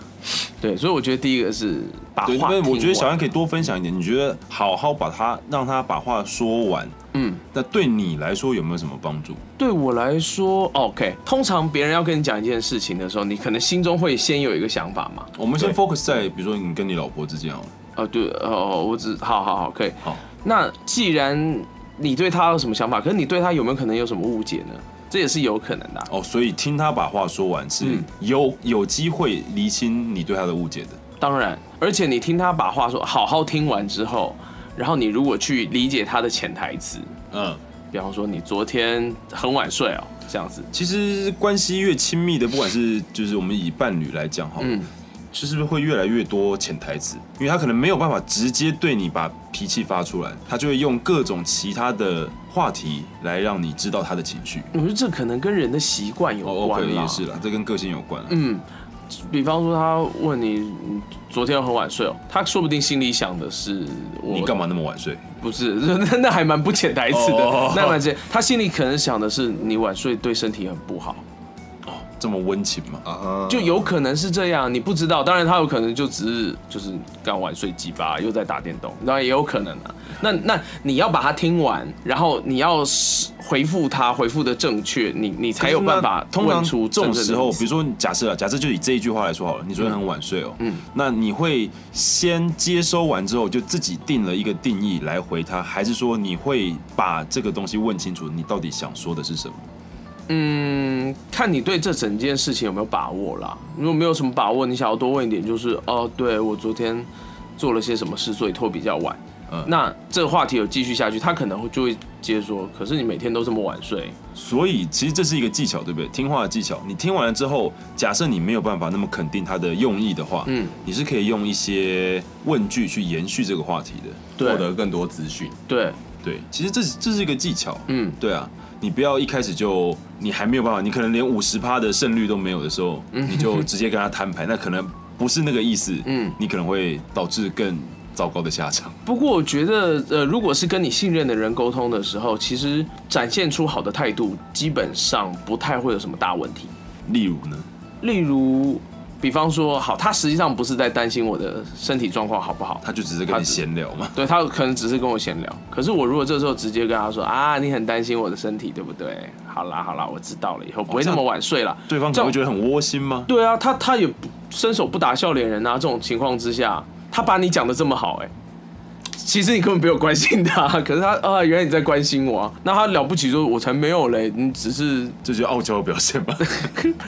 对，所以我觉得第一个是把
对，
话
那
听
我觉得小
完
安可以多分享一点，你觉得好好把他让他把话说完，
嗯，
那对你来说有没有什么帮助？
对我来说，OK，通常别人要跟你讲一件事情的时候，你可能心中会先有一个想法嘛。
我们先
对
focus 在比如说你跟你老婆之间好了，
啊，对，哦，我只好好好，可以。
好，
那既然你对他有什么想法，可是你对他有没有可能有什么误解呢？这也是有可能的啊、
哦，所以听他把话说完是
嗯
有有机会厘清你对他的误解的。
当然，而且你听他把话说好好听完之后，然后你如果去理解他的潜台词，
嗯，
比方说你昨天很晚睡哦，这样子，
其实关系越亲密的，不管是就是我们以伴侣来讲哈，
嗯，
就是不是会越来越多潜台词？因为他可能没有办法直接对你把脾气发出来，他就会用各种其他的话题来让你知道他的情绪。
我觉得这可能跟人的习惯有
哦，可
关
能
啦。
也是啦，这跟个性有关啦。啊
嗯，比方说他问你，你昨天很晚睡哦，他说不定心里想的是我
你干？嘛那么晚睡？
不是， 那那还蛮不潜台词的，
哦
那还蛮潜。他心里可能想的是你晚睡对身体很不好，
哦，这么温情吗？
啊，
就有可能是这样，你不知道。当然，他有可能就只是就是刚晚睡鸡巴，又在打电动，当然也有可能啊。那那你要把它听完，然后你要是回复他，回复的正确，你你才有办法
可是那通常
问出
这
真
种
正的
时候，
意思
比如说假设啊，假设就以这一句话来说好了，你昨天很晚睡哦，
嗯
嗯，那你会先接收完之后就自己定了一个定义来回他，还是说你会把这个东西问清楚，你到底想说的是什么？
嗯，看你对这整件事情有没有把握啦。如果没有什么把握，你想要多问一点，就是哦，对我昨天做了些什么事，所以拖比较晚。
嗯
那这个话题有继续下去，他可能会就会接着说，可是你每天都这么晚睡，
所以其实这是一个技巧，对不对？听话的技巧。你听完了之后，假设你没有办法那么肯定他的用意的话，
嗯
嗯，你是可以用一些问句去延续这个话题的。
对
获得更多资讯。
对，
对，其实这是这是一个技巧。
嗯
对啊，你不要一开始就你还没有办法，你可能连五十趴的胜率都没有的时候，你就直接跟他摊牌，那可能不是那个意思。
嗯
嗯，你可能会导致更糟糕的下场。
不过我觉得，呃，如果是跟你信任的人沟通的时候，其实展现出好的态度，基本上不太会有什么大问题。
例如呢，
例如，比方说，好，他实际上不是在担心我的身体状况好不好，
他就只是
他
跟你
只
闲聊嘛。
对他可能只是跟我闲聊，可是我如果这时候直接跟他说啊，你很担心我的身体，对不对？好啦好啦，我知道了，以后不会那么晚睡了。
对方可
这样
能会觉得很窝心吗？
对啊，他他也不伸手不打笑脸人啊，这种情况之下，他把你讲的这么好、哎，其实你根本没有关心他， 可是他啊，原来你在关心我啊，那他了不起说我才没有嘞，你只是
这就是傲娇的表现吧。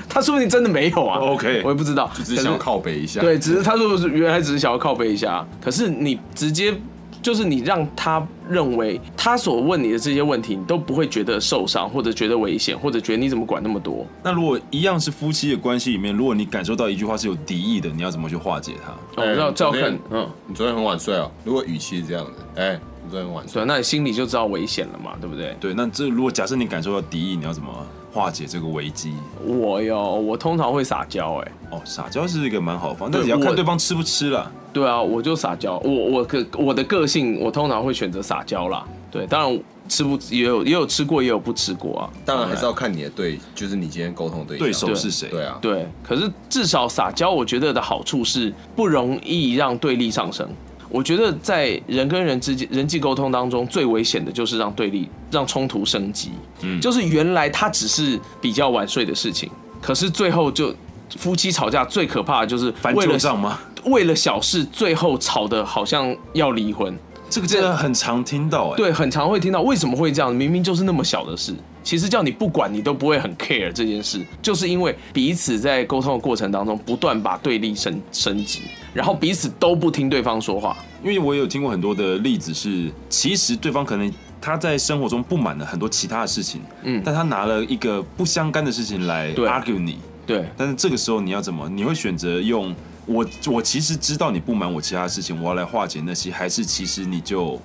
他说不定真的没有啊
OK
我也不知道，
哦只是
可
想
是
要靠啊北一下，
对，只是他说是原来只是想要靠背一下，可是你直接就是你让他认为他所问你的这些问题，你都不会觉得受伤，或者觉得危险，或者觉得你怎么管那么多？
那如果一样是夫妻的关系里面，如果你感受到一句话是有敌意的，你要怎么去化解它？
我
哎
知哦道，这要
昨天
看，嗯，
你昨天很晚睡哦。如果语气是这样子，哎、你昨天很晚睡
对，，那你心里就知道危险了嘛，对不对？
对，那这如果假设你感受到敌意，你要怎么化解这个危机？
我哟，我通常会撒娇、哎，
哦，撒娇是一个蛮好的方法，
对
但是也要
我
看对方吃不吃啦。
对啊，我就撒娇，我我个我的个性，我通常会选择撒娇啦。对，当然吃不也有也有吃过，也有不吃过啊。
当然还是要看你的对，就是你今天沟通的
对
对
手
象
是谁？
对啊，
对，可是至少撒娇，我觉得的好处是不容易让对立上升。我觉得在人跟人之间人际沟通当中，最危险的就是让对立、让冲突升级。嗯，就是原来他只是比较晚睡的事情，可是最后就夫妻吵架最可怕的就是
翻
为
旧
了
账吗？
为了小事，最后吵得好像要离婚。
这个真的很常听到哎、
对，很常会听到为什么会这样？明明就是那么小的事，其实叫你不管你都不会很 care 这件事，就是因为彼此在沟通的过程当中不断把对立升升级，然后彼此都不听对方说话。
因为我有听过很多的例子是，其实对方可能他在生活中不满了很多其他的事情，嗯，但他拿了一个不相干的事情来
对
argue 你，
对
但是这个时候你要怎么？你会选择用我我其实知道你不满我其他的事情，我要来化解那些，还是其实你就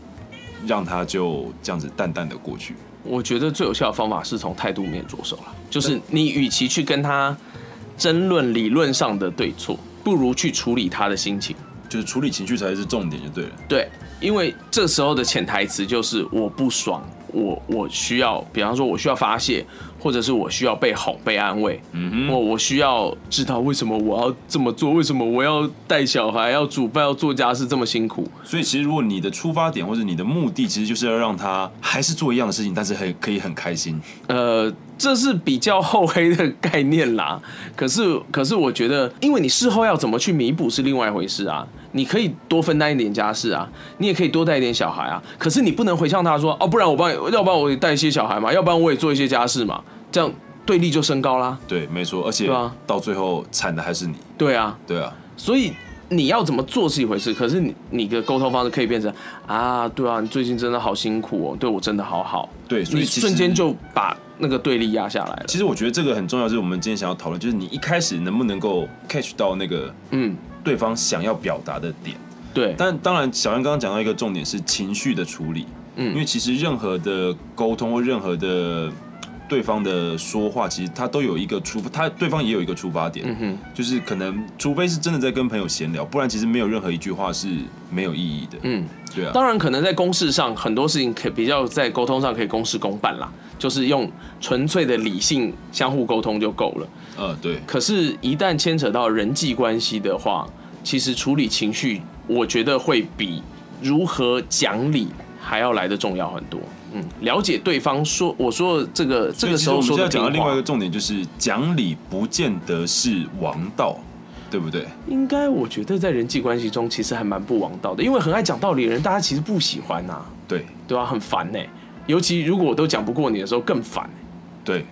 让他就这样子淡淡的过去？
我觉得最有效的方法是从态度面着手了，就是你与其去跟他争论理论上的对错，不如去处理他的心情。
就是处理情绪才是重点就对了。
对，因为这时候的潜台词就是我不爽，我我需要，比方说我需要发泄，或者是我需要被哄、被安慰，嗯我我需要知道为什么我要这么做，为什么我要带小孩、要煮饭、要做家事这么辛苦，
所以其实如果你的出发点或者你的目的，其实就是要让他还是做一样的事情，但是很可以很开心。
呃，这是比较厚黑的概念啦。 可是，可是我觉得，因为你事后要怎么去弥补是另外一回事啊。你可以多分担一点家事啊，你也可以多带一点小孩啊。可是你不能回向他说，哦，不然我帮你，要不然我也带一些小孩嘛，要不然我也做一些家事嘛，这样对立就升高啦。
对，没错，而且
对啊
到最后惨的还是你。
对啊，
对啊，
所以你要怎么做是一回事，可是你你的沟通方式可以变成啊，对啊，你最近真的好辛苦哦，对我真的好好，
对，所
你
以其实
瞬间就把那个对立压下来了。
其实我觉得这个很重要，就是我们今天想要讨论，就是你一开始能不能够 catch 到那个
嗯，
对方想要表达的点。
对，
但当然，小安刚刚讲到一个重点是情绪的处理，
嗯
因为其实任何的沟通或任何的对方的说话，其实他都有一个出，他对方也有一个出发点，
嗯哼。
就是可能除非是真的在跟朋友闲聊，不然其实没有任何一句话是没有意义的，
嗯，
对啊，
当然，可能在公事上很多事情可以比较在沟通上可以公事公办啦，就是用纯粹的理性相互沟通就够了。
呃，对，
可是，一旦牵扯到人际关系的话，其实处理情绪，我觉得会比如何讲理还要来的重要很多。嗯，了解对方说，我说的这个这个时候
所以其实
说
我
的
们现在讲到
平
另外一
话
个重点，就是讲理不见得是王道，对不对？
应该我觉得在人际关系中其实还蛮不王道的，因为很爱讲道理的人，大家其实不喜欢呐、
对
对啊，很烦呢、尤其如果我都讲不过你的时候，更烦、
对，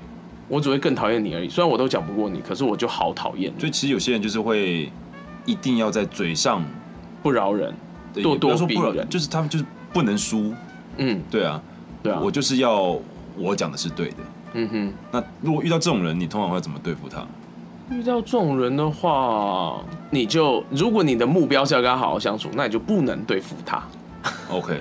我只会更讨厌你而已。虽然我都讲不过你，可是我就好讨厌
所
你，
以其实有些人就是会一定要在嘴上
不饶人。
对
咄
也不要
咄
说
逼
不饶
人
就是他们就是不能输，
嗯，
对啊，
对啊，
我就是要我讲的是对的。
嗯哼。
那如果遇到这种人，你通常会怎么对付他？
遇到这种人的话，你就如果你的目标是要跟他好好相处，那你就不能对付他，
OK，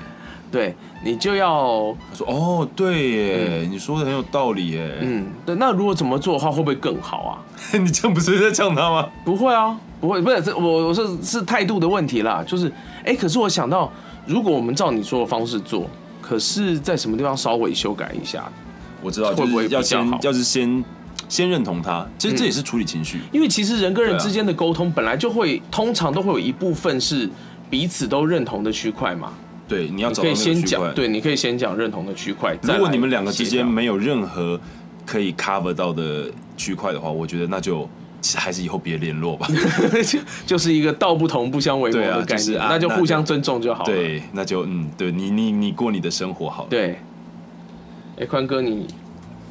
对你就要
他说哦，对耶，你说的很有道理耶，
嗯，对。那如果怎么做的话，会不会更好啊？
你这样不是在呛他吗？
不会啊，不会，不是这我我是是态度的问题啦，就是哎、可是我想到，如果我们照你说的方式做，可是在什么地方稍微修改一下，
我知道，
会
就
不会
是要
比较
先
好嗯
要是先先认同他，其实这也是处理情绪。
因为其实人跟人
对啊
之间的沟通本来就会，通常都会有一部分是彼此都认同的区块嘛，
对，你要
你
找
可
到
以
那个区
先
块
讲，。对，你可以先讲认同的区块。再
如果
来
你们两个之
协
间
调
没有任何可以 cover 到的区块的话，我觉得那就其实还是以后别联络吧。
就是一个道不同不相为谋
对啊
的概
就是
念，
啊
那就
那
互
就
相尊重就好了。
对，那就嗯，对你你你过你的生活好了。
对，哎，宽哥，你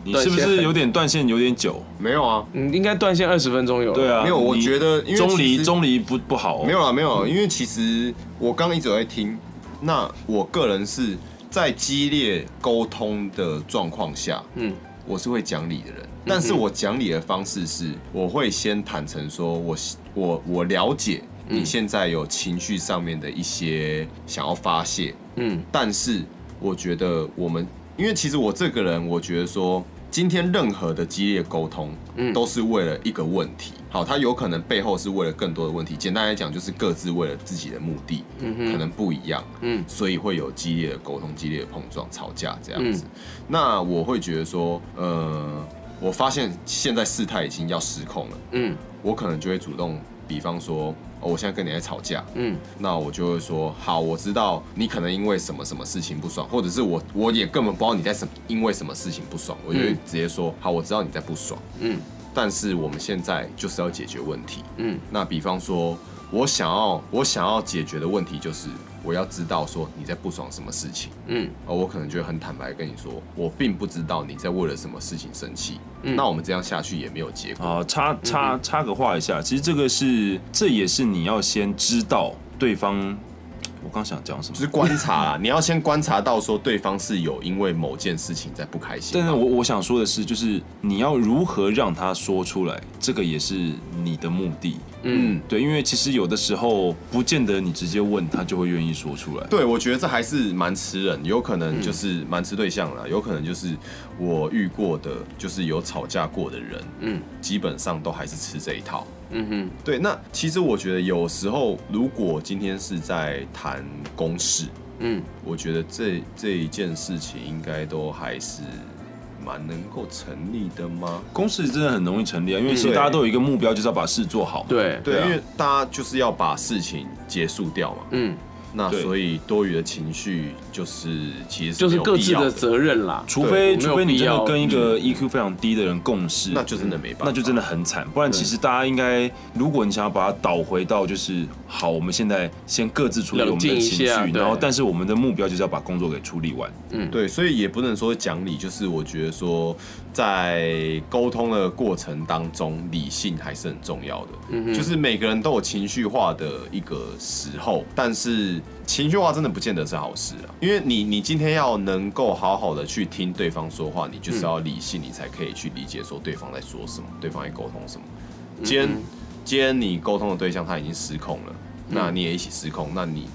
你是不是有点断线有点久？
没有啊，
你应该断线二十分钟有了。
对啊，
没有，我
你
觉得因为
钟
其
离
实
钟离不不好、哦，
没有啦，没有啦，因为其实我刚刚一直有在听，那我个人是在激烈沟通的状况下，
嗯
嗯，我是会讲理的人，但是我讲理的方式是，我会先坦诚说我希，我我了解你现在有情绪上面的一些想要发泄，
嗯
但是我觉得我们，因为其实我这个人，我觉得说，今天任何的激烈沟通，
嗯
都是为了一个问题，好，他有可能背后是为了更多的问题。简单来讲，就是各自为了自己的目的，可能不一样，
嗯
所以会有激烈的沟通、激烈的碰撞、吵架这样
嗯
子。那我会觉得说，呃，我发现现在事态已经要失控了，
嗯
我可能就会主动，比方说，哦，我现在跟你在吵架，
嗯
那我就会说，好，我知道你可能因为什么什么事情不爽，或者是我我也根本不知道你在什么因为什么事情不爽，我就会
嗯
直接说，好，我知道你在不爽，
嗯
但是我们现在就是要解决问题。
嗯
那比方说，我想要我想要解决的问题就是，我要知道说你在不爽什么事情，
嗯
而我可能就会很坦白地跟你说，我并不知道你在为了什么事情生气。
嗯
那我们这样下去也没有结果。
啊，插
嗯
插插个话一下，其实这个是，这也是你要先知道对方。我刚想讲什么
就？是观 察啦，你要先观察到说对方是有因为某件事情在不开心
但是
吗，
我我想说的是，就是你要如何让他说出来，这个也是你的目的。
嗯
对，因为其实有的时候不见得你直接问他就会愿意说出来。
对，我觉得这还是蛮吃人，有可
嗯
能就是蛮吃对象啦，有可能就是我遇过的，就是有吵架过的人，
嗯
基本上都还是吃这一套。
嗯哼
对，那其实我觉得有时候，如果今天是在谈公事，
嗯
我觉得这这一件事情应该都还是蛮能够成立的吗？
公式真的很容易成立啊，因为其实
对
大家都有一个目标，就是要把事做好。，
对
对，
对啊
因为大家就是要把事情结束掉嘛。
嗯
那
对
所以多余的情绪就是其实是
就是
没有
各
必
自
要
的
的
责任啦，
除非
对
除非你真
没有必要
的跟一个 EQ 非常低的人共事，
嗯那就真的没办法，
那就真的很惨。不然其实大家应该，如果你想要把它导回到就是好，我们现在先各自处理我
冷
们
静
的
一
情绪，
下对
然后但是我们的目标就是要把工作给处理完。
对，所以也不能说讲理，就是我觉得说，在沟通的过程当中，理性还是很重要的。嗯，就是每个人都有情绪化的一个时候，但是情绪化真的不见得是好事啊，因为你你今天要能够好好的去听对方说话，你就是要理性，你才可以去理解说对方在说什么，对方在沟通什么。今天今天你沟通的对象他已经失控了，那你也一起失控，那你。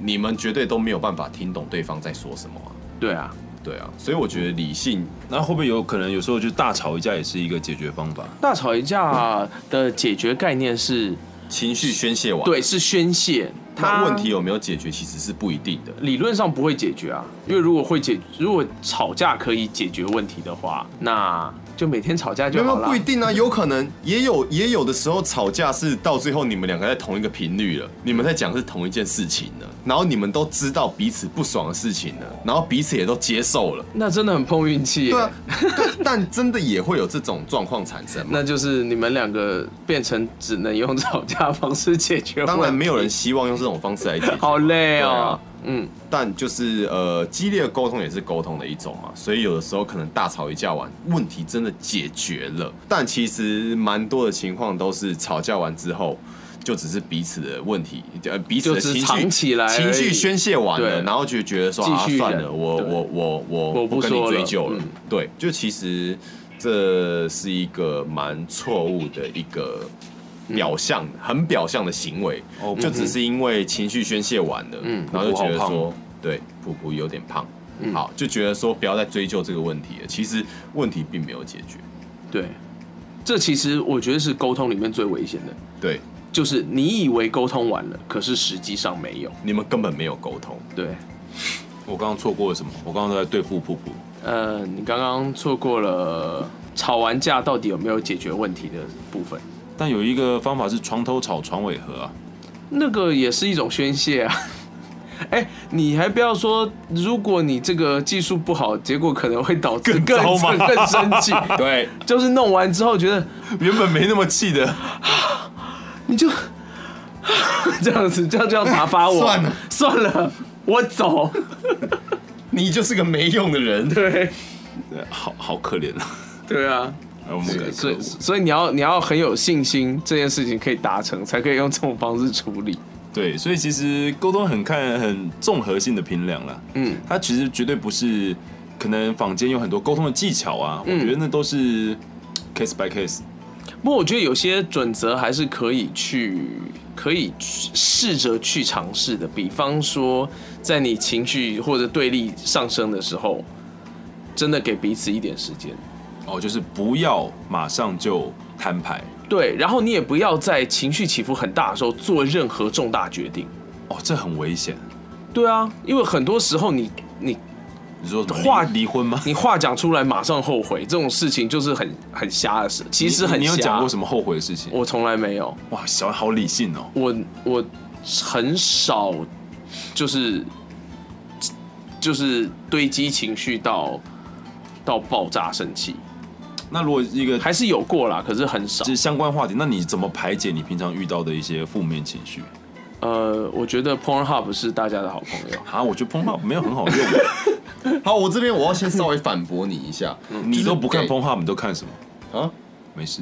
你们绝对都没有办法听懂对方在说什么啊！
对啊，
对啊，所以我觉得理性，
那会不会有可能有时候就大吵一架也是一个解决方法？
大吵一架的解决概念是，
情绪宣泄完，，
对，是宣泄，
那
它
问题有没有解决其实是不一定的。
理论上不会解决啊，因为如果会解，如果吵架可以解决问题的话，那就每天吵架
没
就
有
好了
不一。定啊，有可能也有也有的时候吵架是到最后你们两个在同一个频率了，你们在讲是同一件事情了，然后你们都知道彼此不爽的事情了，然后彼此也都接受了。
那真的很碰运气耶，
对啊，对但真的也会有这种状况产生 嘛？
那就是你们两个变成只能用吵架方式解决问题。
当然没有人希望用这种方式来解 决，
好累哦
对啊。
嗯
但就是呃，激烈的沟通也是沟通的一种嘛，所以有的时候可能大吵一架完，问题真的解决了，但其实蛮多的情况都是吵架完之后。就只是彼此的问题，呃，彼此的
就只是
情绪
藏起来而已
情绪宣泄完了，
对
然后就觉得说
继
啊，
续忍
算了，我
对
我我我
我不
跟
说
你
了
追究了，
嗯
对，就其实这是一个蛮错误的一个表象，很表象的行为，
哦
就只是因为情绪宣泄完了，
嗯
然后就觉得
普普好
说
胖，
对，普普有点胖，好，就觉得说不要再追究这个问题了。其实问题并没有解决，
对，这其实我觉得是沟通里面最危险的，
对，
就是你以为沟通完了，可是实际上没有。
你们根本没有沟通。
对，
我刚刚错过了什么？我刚刚都在对付瀑布。
呃，你刚刚错过了吵完架到底有没有解决问题的部分，
但有一个方法是床头吵，床尾和啊。
那个也是一种宣泄啊。 哎、你还不要说，如果你这个技术不好，结果可能会导致更
糟吗
更生气。
对，
就是弄完之后觉得
原本没那么气的，
你就 这样子，这样就要打发我，
算了
算了，我走。
你就是个没用的人。
对
对，好好可怜啊。
对啊，
我们改
所
可
以所以你要你要很有信心，这件事情可以达成，才可以用这种方式处理。
对，所以其实沟通很看很综合性的评量啦。
嗯，
它其实绝对不是可能坊间有很多沟通的技巧啊，
嗯
我觉得那都是 case by case。
不过我觉得有些准则还是可以去，可以去试着去尝试的。比方说，在你情绪或者对立上升的时候，真的给彼此一点时间，
哦，就是不要马上就摊牌
对，然后你也不要在情绪起伏很大的时候做任何重大决定。
哦，这很危险。
对啊，因为很多时候你你
你说什么
话
离离婚吗？
你话讲出来马上后悔，这种事情就是很很瞎的事，其实很
你你有讲过什
么？
么后悔的事情？
我从来没有，
哇，小孩好理性哦。
我我很少就是就是堆积情绪到到爆炸生气，
那如果一个
还是有过啦，可是很少
就。是相关话题，那你怎么排解你平常遇到的一些负面情绪？
呃，我觉得 Pornhub 是大家的好朋友。
啊，我觉得碰 o 没有很好 用，
好，我这边我要先稍微反驳嗯你一 下，
你都不看
就是
p o n 你都看什么？
给啊？
没事，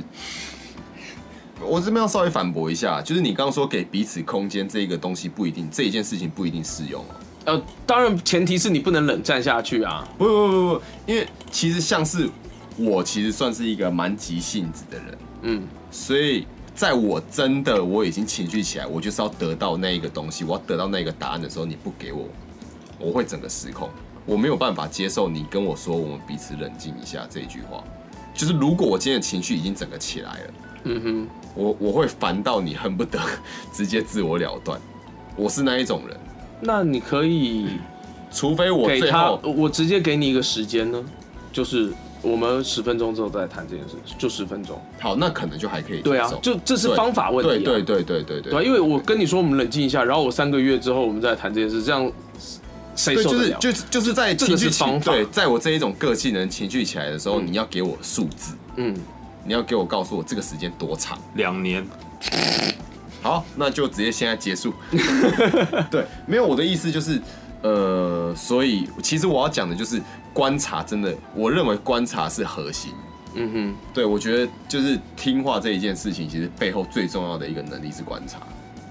我这边要稍微反驳一下，就是你刚刚说给彼此空间这个东西不一定，这一件事情不一定适用哦。
呃，当然前提是你不能冷战下去啊。
不不不不，因为其实像是我其实算是一个蛮急性子的人，
嗯，
所以在我真的我已经情绪起来，我就是要得到那一个东西，我要得到那个答案的时候，你不给我，我会整个失控，我没有办法接受你跟我说我们彼此冷静一下这一句话。就是如果我今天的情绪已经整个起来了，
嗯
我我会烦到你恨不得直接自我了断，我是那一种人，
哼，那你可以
除非我
给
最
他，
后
我直接给你一个时间呢，就是我们十分钟之后再谈这件事，就十分钟。
好，那可能就还可以接受。
对啊，就这是
对
方法问题、啊。
对对对对对对
对啊，因为我跟你说我们冷静一下，然后我三个月之后我们再谈这件事，这样谁
对，
受
就
得
是
了？
就是就是在
这
情
个
绪
是
起
方法
对，在我这一种个性人情绪起来的时候，你要给我数字，
嗯，
你要给我告诉我这个时间多长。
两年
好，那就直接现在 结束。对，没有我的意思就是，呃，所以其实我要讲的就是观察，真的，我认为观察是核心。
嗯哼，
对，我觉得就是听话这一件事情，其实背后最重要的一个能力是观察。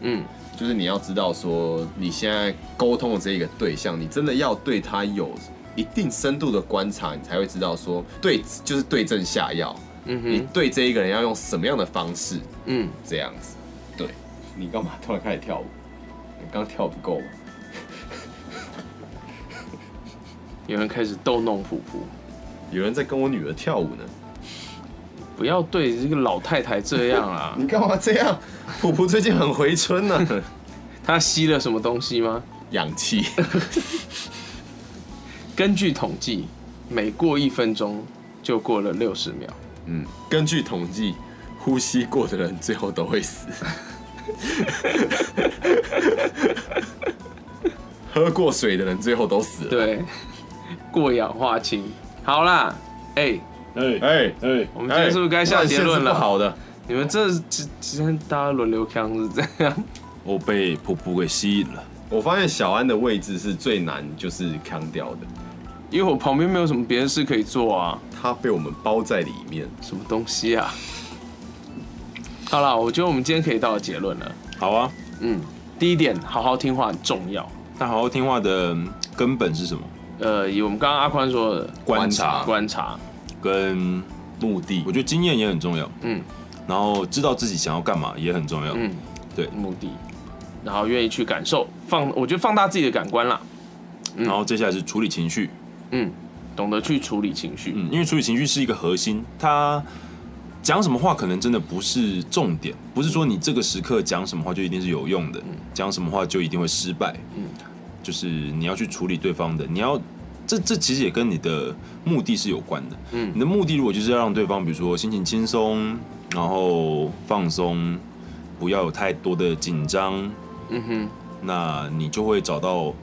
嗯，
就是你要知道说，你现在沟通的这一个对象，你真的要对他有一定深度的观察，你才会知道说对，就是对症下药。
嗯
你
哼，
对这一个人要用什么样的方式，
嗯，
这样子。对，你干嘛突然开始跳舞？你刚跳不够吗？
有人开始逗弄普普，
有人在跟我女儿跳舞呢。
不要对这个老太太这样啊！
你干嘛这样？普普最近很回春呢、
她吸了什么东西吗？
氧气。
根据统计，每过一分钟就过了六十秒。
嗯，根据统计，呼吸过的人最后都会 死。喝过水的人最后都死了。
对，过氧化氢。好啦，哎、
哎
哎，
哎，
我们今天是不是该下结论了？
不好的，
你们这今今天大家轮流扛是这样，
我被普普给吸引了。
我发现小安的位置是最难，就是扛掉的，
因为我旁边没有什么别的事可以做啊，
他被我们包在里面。
什么东西啊？好啦，我觉得我们今天可以到结论了。
好啊，
嗯，第一点，好好听话很重要。
那好好听话的嗯根本是什么？
呃，以我们刚刚阿宽说的
观
察
察
观察，
跟
目的
我觉得经验也很重要，
嗯
然后知道自己想要干嘛也很重要。
嗯，
对
目的，然后愿意去感受，放，我觉得放大自己的感官啦。
然后接下来是处理情绪，
嗯，懂得去处理情绪。
嗯，因为处理情绪是一个核心，他讲什么话可能真的不是重点，不是说你这个时刻讲什么话就一定是有用的，讲什么话就一定会失败，
嗯
就是你要去处理对方的，你要这这其实也跟你的目的是有关的，
嗯
你的目的如果就是要让对方，比如说心情轻松，然后放松，不要有太多的紧张，
嗯哼，
那你就会找到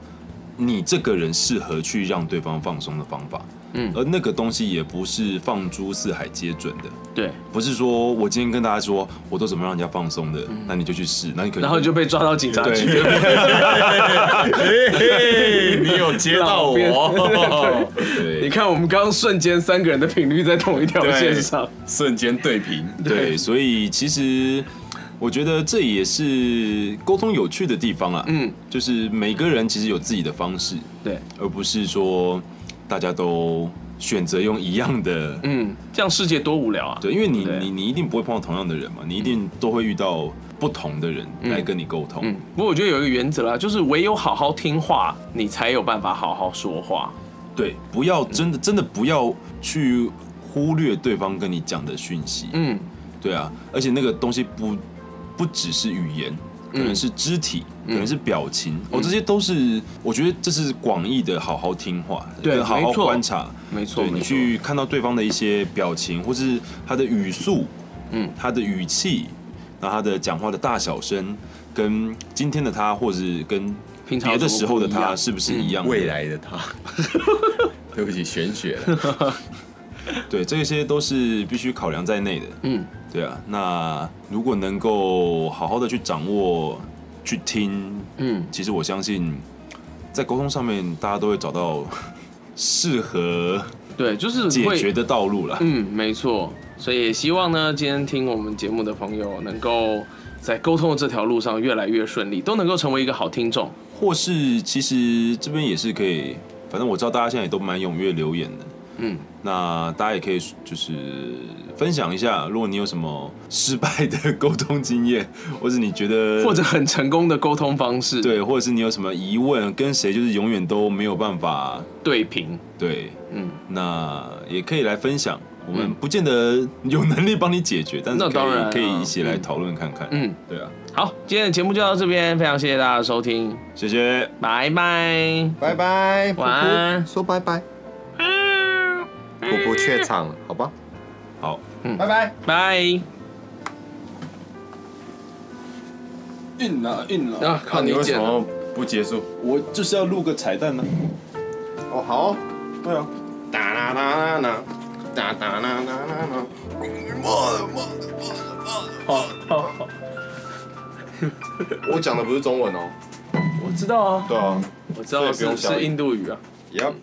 你这个人适合去让对方放松的方法。
嗯
而那个东西也不是放诸四海皆准的，
对，
不是说我今天跟大家说我都怎么让人家放松的，那你就去试，那你可能
嗯然后就被抓到警察局。
对，
嘿，你有接到
老编
我，
你
对
看，我们刚刚瞬间三个人的频率在同一条线上。
瞬间对平。
对，所以其实我觉得这也是沟通有趣的地方啊，
嗯，
就是每个人其实有自己的方式，
对，
而不是说大家都选择用一样的
嗯，这样世界多无聊啊！
对，因为你
对
你你一定不会碰到同样的人嘛，你一定都会遇到不同的人来跟你沟通。
嗯，不过我觉得有一个原则啊，就是唯有好好听话，你才有办法好好说话。
对，不要真的真的不要去忽略对方跟你讲的讯息。
嗯
对啊，而且那个东西不不只是语言，
嗯
可能是肢体，可能是表情，哦，这些都是我觉得这是广义的好好听话，
对
跟好好
没错
观察，
没错
对
没
你
错
去看到对方的一些表情，或是他的语速，
嗯
嗯，他的语气，然后他的讲话的大小声，跟今天的他，或是跟
平常
别的
怎么
时候的
不一样嗯
他是不是一样的？
未来的 他，对不起，玄学了。
对，这些都是必须考量在内的。
嗯，
对啊，那如果能够好好的去掌握、去听，
嗯，
其实我相信在沟通上面，大家都会找到适合
对，就是
解
会
决的道路啦。
嗯，没错。所以也希望呢，今天听我们节目的朋友能够在沟通的这条路上越来越顺利，都能够成为一个好听众。
或是其实这边也是可以，反正我知道大家现在也都蛮踊跃留言的。
嗯，
那大家也可以就是分享一下，如果你有什么失败的沟通经验，或者你觉得
或者很成功的沟通方式，
对，或者是你有什么疑问，跟谁就是永远都没有办法
对平，
对，
嗯，
那也可以来分享。我们不见得 有能力帮你解决，但是
那
可
当然
以
啊
可以一起来讨论看看。
嗯，
对啊，
好，今天的节目就到这边，非常谢谢大家的收听，
谢谢。
拜拜。
拜拜，
晚安
婆婆说拜拜。婆婆怯场了，好吧，
好，
拜拜。
拜
运了运了，
啊，靠
你
你
为什
剪了，
么不结束？
我就是要录个彩蛋 呢、
哦，好哦，
对啊，
哒啦啦啦啦，哒哒啦啦啦啦。我讲的不是中文哦。
我知道啊，
对啊，
我知道
所以不用
是
消音
是印度语啊。
y